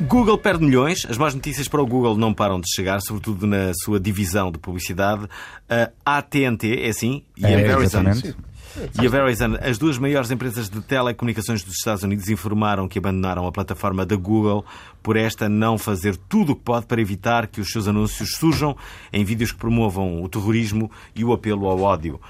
S1: Google perde milhões, as más notícias para o Google não param de chegar, sobretudo na sua divisão de publicidade. A AT&T, é assim? E a
S3: É,
S1: Verizon.
S3: exatamente.
S1: E a Verizon, as duas maiores empresas de telecomunicações dos Estados Unidos, informaram que abandonaram a plataforma da Google por esta não fazer tudo o que pode para evitar que os seus anúncios surjam em vídeos que promovam o terrorismo e o apelo ao ódio.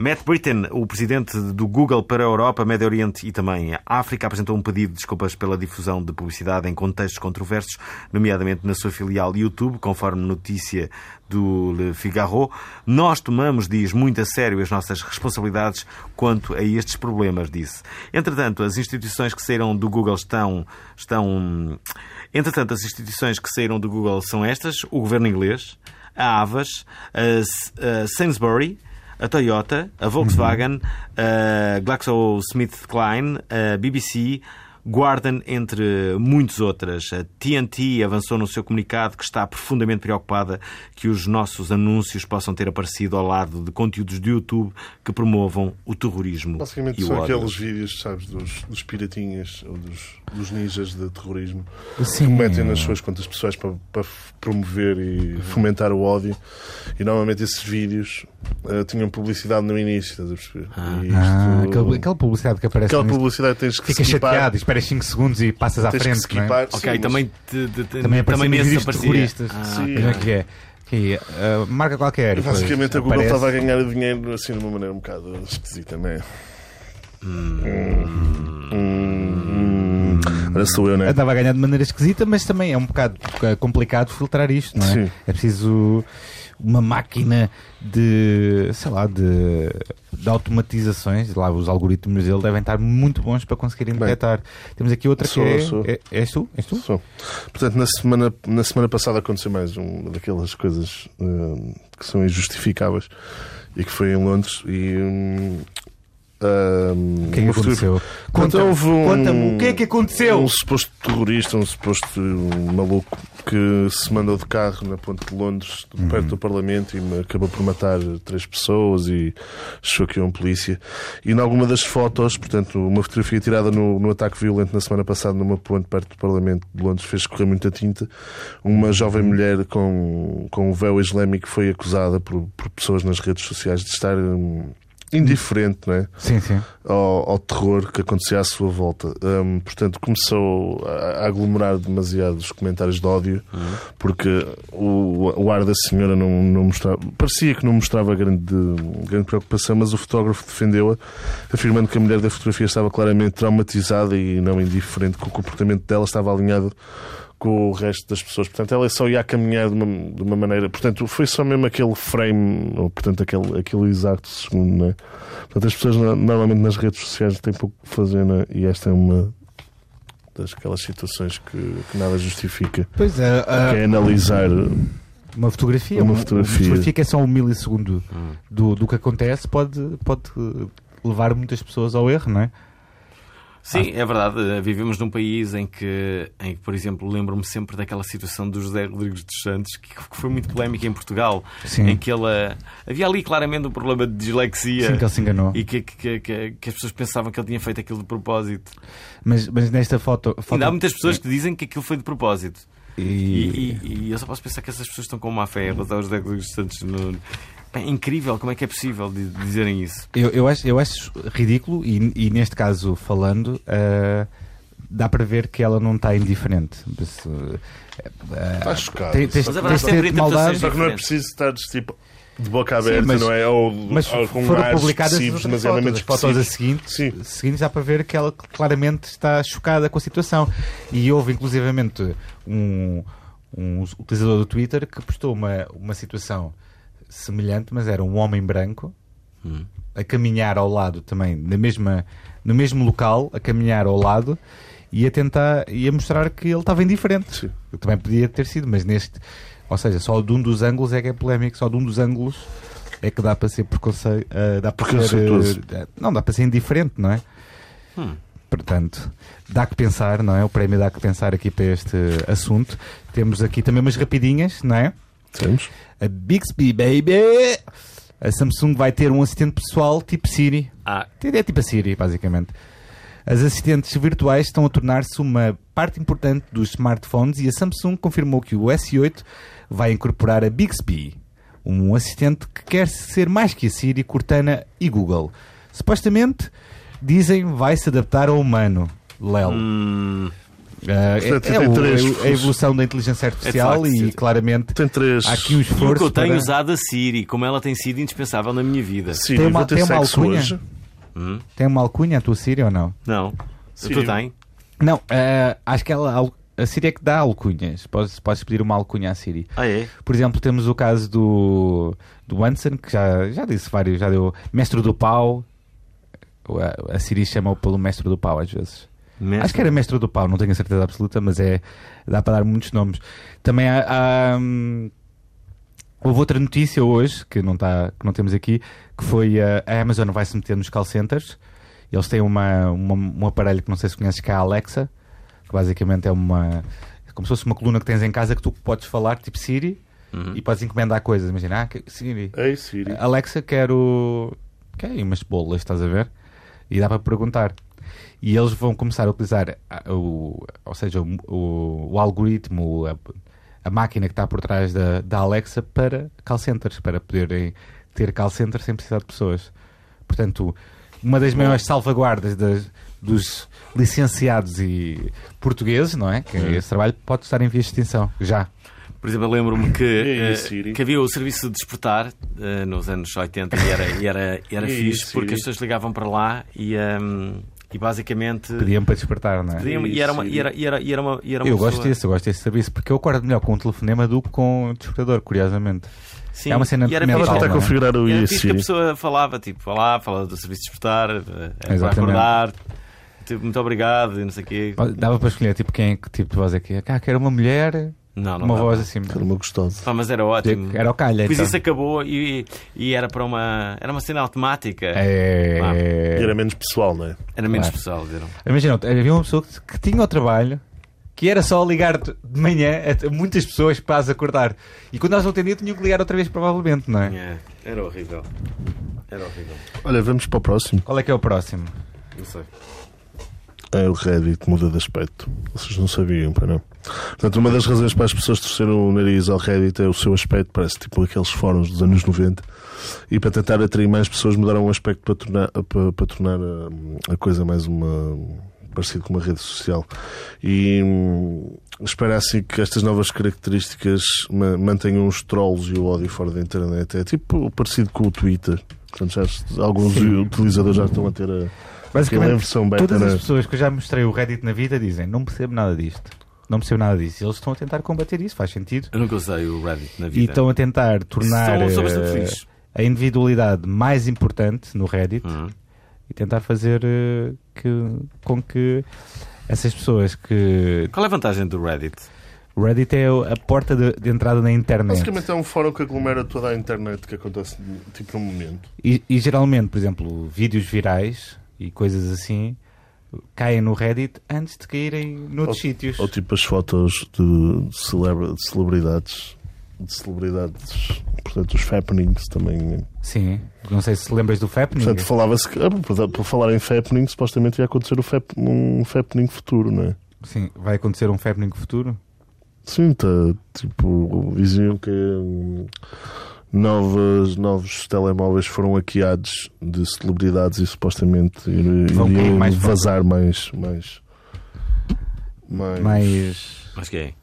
S1: Matt Britton, o presidente do Google para a Europa, Médio Oriente e também a África, apresentou um pedido de desculpas pela difusão de publicidade em contextos controversos, nomeadamente na sua filial YouTube, conforme notícia do Le Figaro. Nós tomamos, diz, muito a sério as nossas responsabilidades quanto a estes problemas, disse. Entretanto, as instituições que saíram do Google estão. estão... Entretanto, as instituições que saíram do Google são estas: o governo inglês, a Avas, a S- a Sainsbury a Toyota, a
S2: Uhum.
S1: Volkswagen, a GlaxoSmithKline, a BBC, Guardian, entre muitas outras. A TNT avançou no seu comunicado que está profundamente preocupada que os nossos anúncios possam ter aparecido ao lado de conteúdos de YouTube que promovam o terrorismo
S2: Basicamente
S1: e o
S2: são
S1: ódio.
S2: aqueles vídeos, sabes, dos, dos piratinhas ou dos, dos ninjas de terrorismo
S3: Sim.
S2: que metem nas suas contas pessoais para, para f- promover e fomentar o ódio. E normalmente esses vídeos eh, tinham publicidade no início, estás a perceber? E isto-
S3: Ah, aquele- aquela publicidade que aparece.
S2: aquela
S3: no Insta-
S2: publicidade que tens que
S3: Fica
S2: skipar,
S3: chateado, e esperas 5 segundos e passas à
S2: Tens que
S3: frente. não é?
S2: skipar.
S1: Ok,
S2: Sim,
S1: também, te- te- te-
S3: Também aparecem nos
S1: nesse
S3: vídeos de
S1: aparecia.
S3: terroristas.
S1: Ah,
S2: Sim. É
S3: Como é que é? Que é, ah, marca qualquer. e depois
S2: Basicamente a Google
S3: aparece.
S2: estava a ganhar dinheiro assim de uma maneira um bocado esquisita, não é? Hum. Hum. Olha, sou eu, não
S3: Eu
S2: é?
S3: Estava a ganhar de maneira esquisita, mas também é um bocado eh, complicado filtrar isto, não é?
S2: Sim.
S3: É preciso uma máquina de, sei lá, de, de automatizações. Lá os algoritmos dele devem estar muito bons para conseguirem
S2: Bem,
S3: detectar. Temos aqui outra
S2: sou-
S3: que é,
S2: sou.
S3: é. És tu? És tu?
S2: Sou. Portanto, na semana, na semana passada aconteceu mais uma daquelas coisas hum, que são injustificáveis e que foi em Londres e. hum, hum,
S3: O que é que
S2: uma fotogra-
S3: aconteceu?
S2: Então,
S3: Conta-me,
S2: houve um-
S3: conta-me, o que é que aconteceu?
S2: Um suposto terrorista, um suposto maluco que se mandou de carro na ponte de Londres,
S3: Uhum.
S2: perto do Parlamento, e me- acabou por matar três pessoas e choqueou um polícia. E em alguma das fotos, portanto, uma fotografia tirada no, no ataque violento na semana passada numa ponte perto do Parlamento de Londres fez correr muita tinta. Uma jovem
S3: Uhum.
S2: mulher com, com um véu islâmico foi acusada por, por pessoas nas redes sociais de estar hum, indiferente, não é?
S3: Sim, sim.
S2: ao, ao terror que acontecia à sua volta. Hum, portanto, começou a a aglomerar demasiado os comentários de ódio, porque o, o ar da senhora não, não mostrava. Parecia que não mostrava grande, grande preocupação, mas o fotógrafo defendeu-a, afirmando que a mulher da fotografia estava claramente traumatizada e não indiferente, que o comportamento dela estava alinhado com o resto das pessoas. Portanto, ela é só ia a caminhar de uma, de uma maneira. Portanto, foi só mesmo aquele frame, ou portanto, aquele, aquele exato segundo, né? Portanto, as pessoas no- normalmente nas redes sociais têm pouco que fazer, né? E esta é uma das aquelas situações que, que nada justifica.
S3: Pois é, ah,
S2: Que é analisar.
S3: Uma fotografia,
S2: Uma
S3: um-
S2: fotografia. Hum.
S3: que é só um milissegundo do, do que acontece pode, pode levar muitas pessoas ao erro, não é?
S1: Sim, é verdade. Eh, Vivemos num país em que, em que por exemplo, lembro-me sempre daquela situação do José Rodrigues dos Santos, que que foi muito polémica em Portugal,
S3: Sim.
S1: em que ela havia ali claramente um problema de dislexia
S3: Sim, que ele se enganou.
S1: e que, que, que, que as pessoas pensavam que ele tinha feito aquilo de propósito. É.
S3: Mas, mas nesta foto. foto
S1: Ainda há muitas pessoas que dizem que aquilo foi de propósito.
S3: E...
S1: E, e- e eu só posso pensar que essas pessoas estão com má fé em relação ao José Rodrigues dos Santos. No... Bem, é incrível como é que é possível de- de dizerem isso.
S3: Eu, eu, acho, eu acho ridículo, e, e neste caso falando, ah, dá para ver que ela não está indiferente. Mas, ah,
S2: Está chocado.
S3: tem- tens-
S2: só, que,
S1: Mas a verdade
S3: tens de ter
S1: é que tem
S3: maldade.
S1: interpretações
S2: só que não é
S1: diferentes.
S2: preciso estar tipo, de boca aberta,
S3: mas-
S2: não é? Ou,
S3: Mas
S2: ou com
S3: foram
S2: ares
S3: publicadas as
S2: excessivos,
S3: outras fotos.
S2: demasiadamente
S3: As fotos a
S2: excessivos.
S3: seguinte,
S2: Sim.
S3: seguintes dá para ver que ela claramente está chocada com a situação. E houve inclusivamente um, um utilizador do Twitter que postou uma, uma situação semelhante, mas era um homem branco a caminhar ao lado também, na mesma, no mesmo local, a caminhar ao lado e a tentar e a mostrar que ele estava indiferente.
S2: Sim.
S3: Também podia ter sido, mas neste, ou seja, só de um dos ângulos é que é polémico, só de um dos ângulos é que dá para ser preconceito, eh, dá para ser,
S2: Preconceituoso. Hum.
S3: eh, não dá para ser indiferente, não é? Portanto, dá que pensar, não é? O prémio dá que pensar aqui para este assunto. Temos aqui também umas rapidinhas, não é?
S2: Temos?
S3: A Bixby Baby! A Samsung vai ter um assistente pessoal tipo Siri.
S1: Ah,
S3: É tipo a Siri, basicamente. As assistentes virtuais estão a tornar-se uma parte importante dos smartphones e a Samsung confirmou que o S8 vai incorporar a Bixby, um assistente que quer ser mais que a Siri, Cortana e Google. Supostamente, dizem, vai se adaptar ao humano. Lel.
S1: Hum.
S3: Ah, é,
S2: Portanto,
S3: é
S2: tem
S3: o-
S2: três
S3: é o- a evolução da inteligência artificial
S1: É facto,
S3: e
S1: sim.
S3: claramente
S2: Tem três.
S3: há aqui um
S1: E o que
S3: esforço.
S1: eu tenho
S3: para-
S1: usado a Siri, como ela tem sido indispensável na minha vida.
S2: Siri,
S3: Tem uma-
S2: vou ter
S3: tem uma
S2: sexo
S3: alcunha?
S2: hoje.
S3: Tem uma alcunha a tua Siri ou não?
S1: Não.
S2: Siri.
S1: Tu tens?
S3: Não, ah, acho que ela, al- a Siri é que dá alcunhas. Podes, podes pedir uma alcunha à Siri.
S1: Ah, é?
S3: Por exemplo, temos o caso do, do Anson, que já, já disse vários, já deu Mestre do Pau. O- A, a Siri chama-o pelo Mestre do Pau às vezes.
S1: Mestre.
S3: Acho que era Mestre do Pau, não tenho a certeza absoluta, mas é dá para dar muitos nomes. Também há, há, hum, houve outra notícia hoje que não, está, que não temos aqui, que foi ah, a Amazon vai se meter nos call centers. Eles têm uma, uma- um aparelho que não sei se conheces que é a Alexa, que basicamente é uma é como se fosse uma coluna que tens em casa que tu podes falar, tipo Siri, e podes encomendar coisas. Imagina, ah, que- Siri,
S2: Ei, É Siri.
S3: Alexa, quero. Querem umas bolas, estás a ver? E dá para perguntar. E eles vão começar a utilizar, a- o, ou seja, o, o- o algoritmo, a, a máquina que está por trás da, da Alexa para call centers, para poderem ter call centers sem precisar de pessoas. Portanto, uma das maiores salvaguardas das- dos licenciados e portugueses, não é? Que esse trabalho pode estar em vias de extinção, já.
S1: Por exemplo, eu lembro-me
S2: [laughs]
S1: que,
S2: E aí,
S1: eh,
S2: Siri?
S1: que havia o serviço de despertar eh, nos anos 80 e era, e era, e era
S2: E aí,
S1: fixe
S2: Siri?
S1: porque as pessoas ligavam para lá e, ehm, e basicamente.
S3: Pediam para despertar, não é?
S1: pediam-
S2: E aí,
S1: e era uma.
S2: Siri?
S1: E era, e era, e era uma, e era uma
S3: Eu gosto
S1: pessoa-
S3: disso, eu gosto desse serviço, porque eu acordo melhor com um telefonema do que com um despertador, curiosamente.
S1: Sim,
S3: É uma cena
S1: e era
S3: mental,
S2: Elas
S1: fixe-
S2: até
S3: Calma, né?
S2: configurar o
S1: e era
S2: Ei,
S1: fixe que a
S2: Siri.
S1: pessoa falava, tipo, olá, fala do serviço de despertar, eh, é para
S3: Exatamente.
S1: acordar, tipo, muito obrigado, e não sei o quê.
S3: Dava para escolher tipo quem que tipo de voz é que é. Ah, que era uma mulher,
S1: Não, não.
S3: uma
S1: dá.
S3: voz assim.
S2: Era uma gostosa.
S1: Pá, mas era ótimo.
S3: Era o calha.
S1: Depois
S3: então.
S1: isso é acabou e, e era para uma. Era uma cena automática. Ah,
S2: E
S3: É...
S2: era menos pessoal, não é?
S1: Era menos
S3: Claro.
S1: pessoal, viram?
S3: Imagina, havia uma pessoa que, que tinha o trabalho que era só ligar de de manhã a muitas pessoas para as acordar. E quando elas não atendiam, tinham que ligar outra vez, provavelmente, não é?
S1: É, Era horrível. Era horrível.
S2: Olha, vamos para o próximo.
S3: Qual é que é o próximo?
S1: Não sei.
S2: É o Reddit muda de aspecto. Vocês não sabiam, para não. Portanto, uma das razões para as pessoas torcerem o nariz ao Reddit é o seu aspecto, parece tipo aqueles fóruns dos anos 90. E para tentar atrair mais pessoas, mudaram o aspecto para tornar, para, para tornar hum, a, coisa mais uma. parecido com uma rede social. E hum, espera-se que estas novas características ma- mantenham os trolls e o ódio fora da internet. É tipo parecido com o Twitter. Portanto, já, alguns
S3: Sim.
S2: utilizadores já estão a ter a. Aquela é a
S3: Basicamente,
S2: versão beta
S3: Todas
S2: da-
S3: as pessoas que eu já mostrei o Reddit na vida dizem não percebo nada disto. Não percebo nada disso. E Eles estão a tentar combater isso, faz sentido.
S1: Eu nunca usei o Reddit na vida.
S3: E estão a tentar tornar
S1: Sou- sou bastante
S3: eh,
S1: feliz.
S3: a individualidade mais importante no Reddit
S1: Uhum.
S3: e tentar fazer eh, que, com que essas pessoas que.
S1: Qual é a vantagem do Reddit?
S3: o Reddit é a porta de, de entrada na internet.
S2: Basicamente é um fórum que aglomera toda a internet que acontece tipo num momento.
S3: E, e geralmente, por exemplo, vídeos virais e coisas assim caem no Reddit antes de caírem noutros sítios.
S2: Ou tipo as fotos de, celebra- de celebridades. De celebridades. Portanto, os fappenings também.
S3: Sim. Não sei se lembras do Fappening.
S2: Portanto, falava-se que. ah, por, por falar em fappening, supostamente ia acontecer o fap, um fappening futuro, não é?
S3: Sim, vai acontecer um Fappening futuro?
S2: Sim, tá, tipo, diziam que hum, novas, novos telemóveis foram hackeados de celebridades e supostamente ir-
S3: Vão cair
S2: iriam
S3: mais fotos.
S2: vazar mais, mais, mais,
S3: Mas
S1: Mas quem?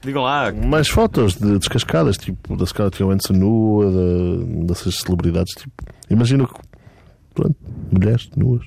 S1: Digam lá.
S2: mais fotos de descascadas, tipo da Scarlett Johansson nua, da, dessas celebridades. Tipo, imagino que, pronto, mulheres nuas.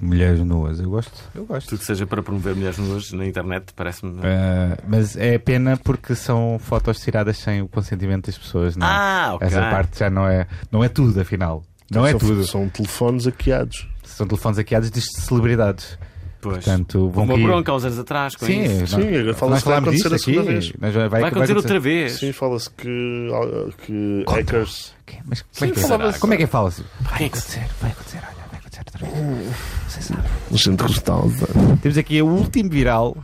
S3: mulheres nuas, eu gosto. Eu gosto.
S1: Tudo que seja para promover mulheres nuas na internet parece-me.
S3: Ah, mas é pena porque são fotos tiradas sem o consentimento das pessoas, não é?
S1: Ah, ok.
S3: Essa parte já não é, não é tudo, afinal. Não é
S2: são,
S3: tudo.
S2: São telefones hackeados.
S3: São telefones hackeados de celebridades.
S1: Pois.
S3: Portanto, vão
S1: Uma
S3: cair.
S1: bronca há uns anos atrás com
S3: Sim,
S1: isso.
S3: nós-
S2: Sim,
S3: nós
S2: agora fala-se que vai
S3: falámos
S2: acontecer
S3: disto
S2: a segunda
S3: aqui,
S2: vez.
S3: mas vai,
S1: Vai acontecer
S3: é-
S1: outra vez.
S2: Sim, fala-se que, ah, que
S3: Conta.
S2: hackers.
S3: Ok, Mas como é que
S1: Sim,
S3: é?
S1: falava-se-
S3: Como é que é fala-se? Vai
S1: Vai
S3: acontecer, vai acontecer, olha, vai acontecer outra vez. Você sabe.
S2: Gente gostosa.
S3: Temos aqui o último viral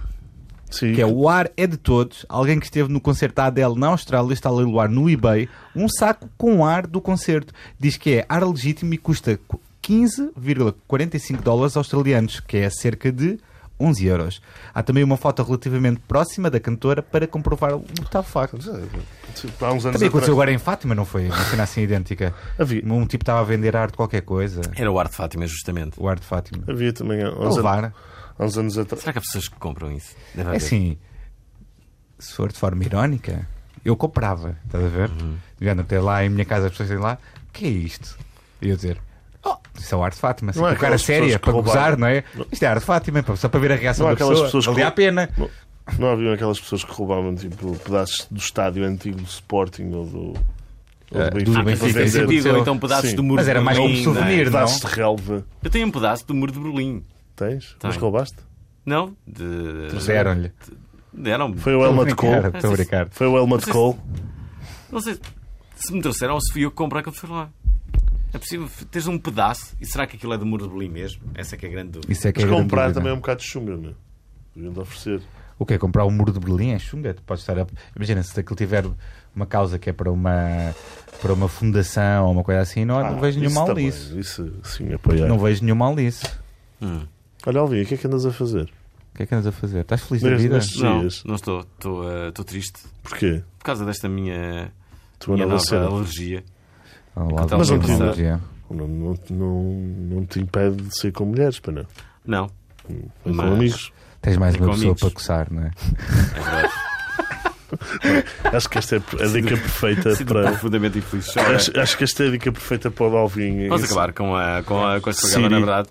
S2: Sim.
S3: que é o ar é de todos. Alguém que esteve no concerto da Adele na Austrália está a leiloar no eBay um saco com ar do concerto. Diz que é ar legítimo e custa qu- 15,45 dólares australianos, que é cerca de 11 euros. Há também uma foto relativamente próxima da cantora para comprovar o tal facto.
S2: Há uns anos
S3: Também
S2: atrás.
S3: aconteceu agora em Fátima, não foi? Uma cena assim idêntica.
S2: Havia,
S3: Um tipo estava a vender arte de qualquer coisa.
S1: Era o Arte de Fátima, justamente.
S3: O arte de Fátima.
S2: havia também há
S3: Ou
S2: uns, anos-
S3: levar.
S2: há uns anos atrás.
S1: Será que há pessoas que compram isso? Deve
S3: É
S1: haver.
S3: assim, se for de forma irónica, eu comprava, estás a ver?
S2: Uhum.
S3: Vendo até lá em minha casa as pessoas dizem lá, o que é isto? E eu dizer, oh, isso é o arte de Fátima, assim,
S2: Não é
S3: com cara
S2: aquelas pessoas
S3: séria,
S2: que
S3: para
S2: roubaram.
S3: gozar, não é? Isto é arte de Fátima, pá, só para ver a reação
S2: Não
S3: da
S2: há aquelas
S3: pessoa,
S2: pessoas que
S3: valia a
S2: roubam.
S3: pena.
S2: Não, não haviam aquelas pessoas que roubavam tipo, pedaços do estádio antigo do Sporting ou do, ou do
S3: Ah,
S1: Ah,
S3: do
S2: Benfica,
S3: Benfica,
S2: para
S1: Benfica,
S2: vender.
S1: sim,
S3: Aconteceu.
S1: digo, então pedaços
S2: Sim.
S1: do muro
S3: Mas era
S1: de
S3: mais
S1: Berlim.
S3: como
S1: não é?
S3: souvenir.
S2: Pedaços de relva.
S1: Eu tenho um pedaço do muro de Berlim.
S2: Tens? Mas
S1: Tenho.
S2: roubaste?
S1: Não? De...
S3: Trouxeram-lhe.
S1: Deram-me.
S2: Foi o Elma de
S3: Cara, é
S2: Cole.
S3: Estou a brincar.
S2: Foi o Elma de
S1: Mas
S2: Cole.
S1: Não sei se me trouxeram ou se fui eu que comprei aquilo que foi lá. É possível teres um pedaço e será que aquilo é do muro de Berlim mesmo? Essa é que é a grande dúvida.
S3: Isso é que é a
S2: Mas
S3: grande
S2: comprar
S3: dúvida.
S2: também é um bocado de chunga, meu. Deviam-te oferecer.
S3: O que é comprar o muro de Berlim é chunga? Pode estar a... Imagina, se aquilo tiver uma causa que é para uma, para uma fundação ou uma coisa assim, não, não vejo nenhum
S2: Ah, isso
S3: mal
S2: também,
S3: nisso.
S2: Isso, sim, apoiar.
S3: Não vejo nenhum mal nisso.
S2: Olha, Alvin, o que é que andas a fazer?
S3: O que é que andas a fazer? Estás feliz da
S2: Neste-
S3: vida?
S2: neste-
S1: Não,
S2: Dias.
S1: não estou. Estou eh, estou triste
S2: Porquê?
S1: por causa desta minha,
S2: Tua
S1: minha
S2: nova
S1: nova
S2: cena.
S1: alergia.
S3: Ah,
S1: Que tal
S3: lá,
S1: Mas
S2: não
S3: lá,
S2: tinha-
S3: lá, lá.
S2: Não, não, não, não te impede de ser com mulheres, para não.
S1: Não.
S2: Foi
S1: Mas-
S2: com amigos.
S3: Tens mais
S1: E
S3: uma
S1: com
S3: pessoa
S1: amigos.
S3: para coçar, não é?
S2: Acho que esta é a dica perfeita
S1: Sinto-me
S2: para.
S1: profundamente infeliz. Chora.
S2: Acho, acho que esta é a dica perfeita para o Alvin.
S1: Vamos
S2: Isso-
S1: acabar com, a, com, a, com este programa,
S2: Siri.
S1: na é verdade.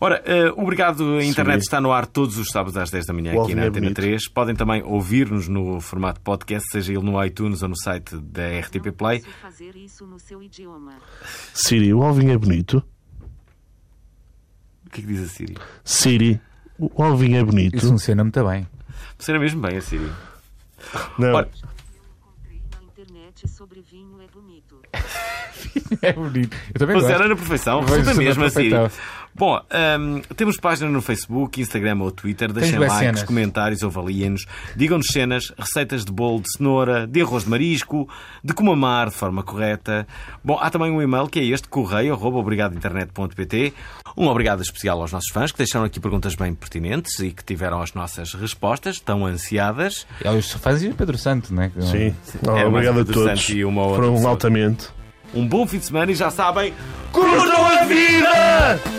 S1: Ora, eh, obrigado. A internet
S2: Siri.
S1: está no ar todos os sábados às 10 da manhã
S2: O
S1: aqui na
S2: Alvin é
S1: Antena
S2: bonito.
S1: 3. Podem também ouvir-nos no formato podcast, seja ele no iTunes ou no site da RTP Play.
S5: Posso fazer isso no seu idioma.
S2: Siri, o Alvin é bonito.
S1: O que é que diz a Siri?
S2: Siri, o Alvin é bonito.
S3: Isso funciona muito bem.
S1: Será mesmo bem a Siri?
S2: Não,
S1: Ora,
S5: Encontrei na internet sobre vinho é bonito.
S3: É bonito. Eu também
S1: Pois
S3: gosto.
S1: era na perfeição,
S3: Pois,
S1: resulta
S3: isso é
S1: mesmo
S3: na
S1: assim.
S3: perfeição.
S1: Bom, hum, temos página no Facebook, Instagram ou Twitter. Deixem
S3: boas
S1: likes,
S3: cenas.
S1: comentários ou valiem-nos. Digam-nos cenas, receitas de bolo de cenoura, de arroz de marisco, de como amar de forma correta. Bom, há também um e-mail que é este, correio, arroba, obrigadointernet.pt. Um obrigado especial aos nossos fãs que deixaram aqui perguntas bem pertinentes e que tiveram as nossas respostas tão ansiadas.
S3: É os fãs e o Pedro Santo, não é?
S2: Sim. Não,
S1: Era mais
S2: obrigado a
S1: interessante
S2: todos.
S1: e uma outra
S2: Foram
S1: pessoa.
S2: altamente.
S1: Um bom fim de semana e já sabem, curtam a vida!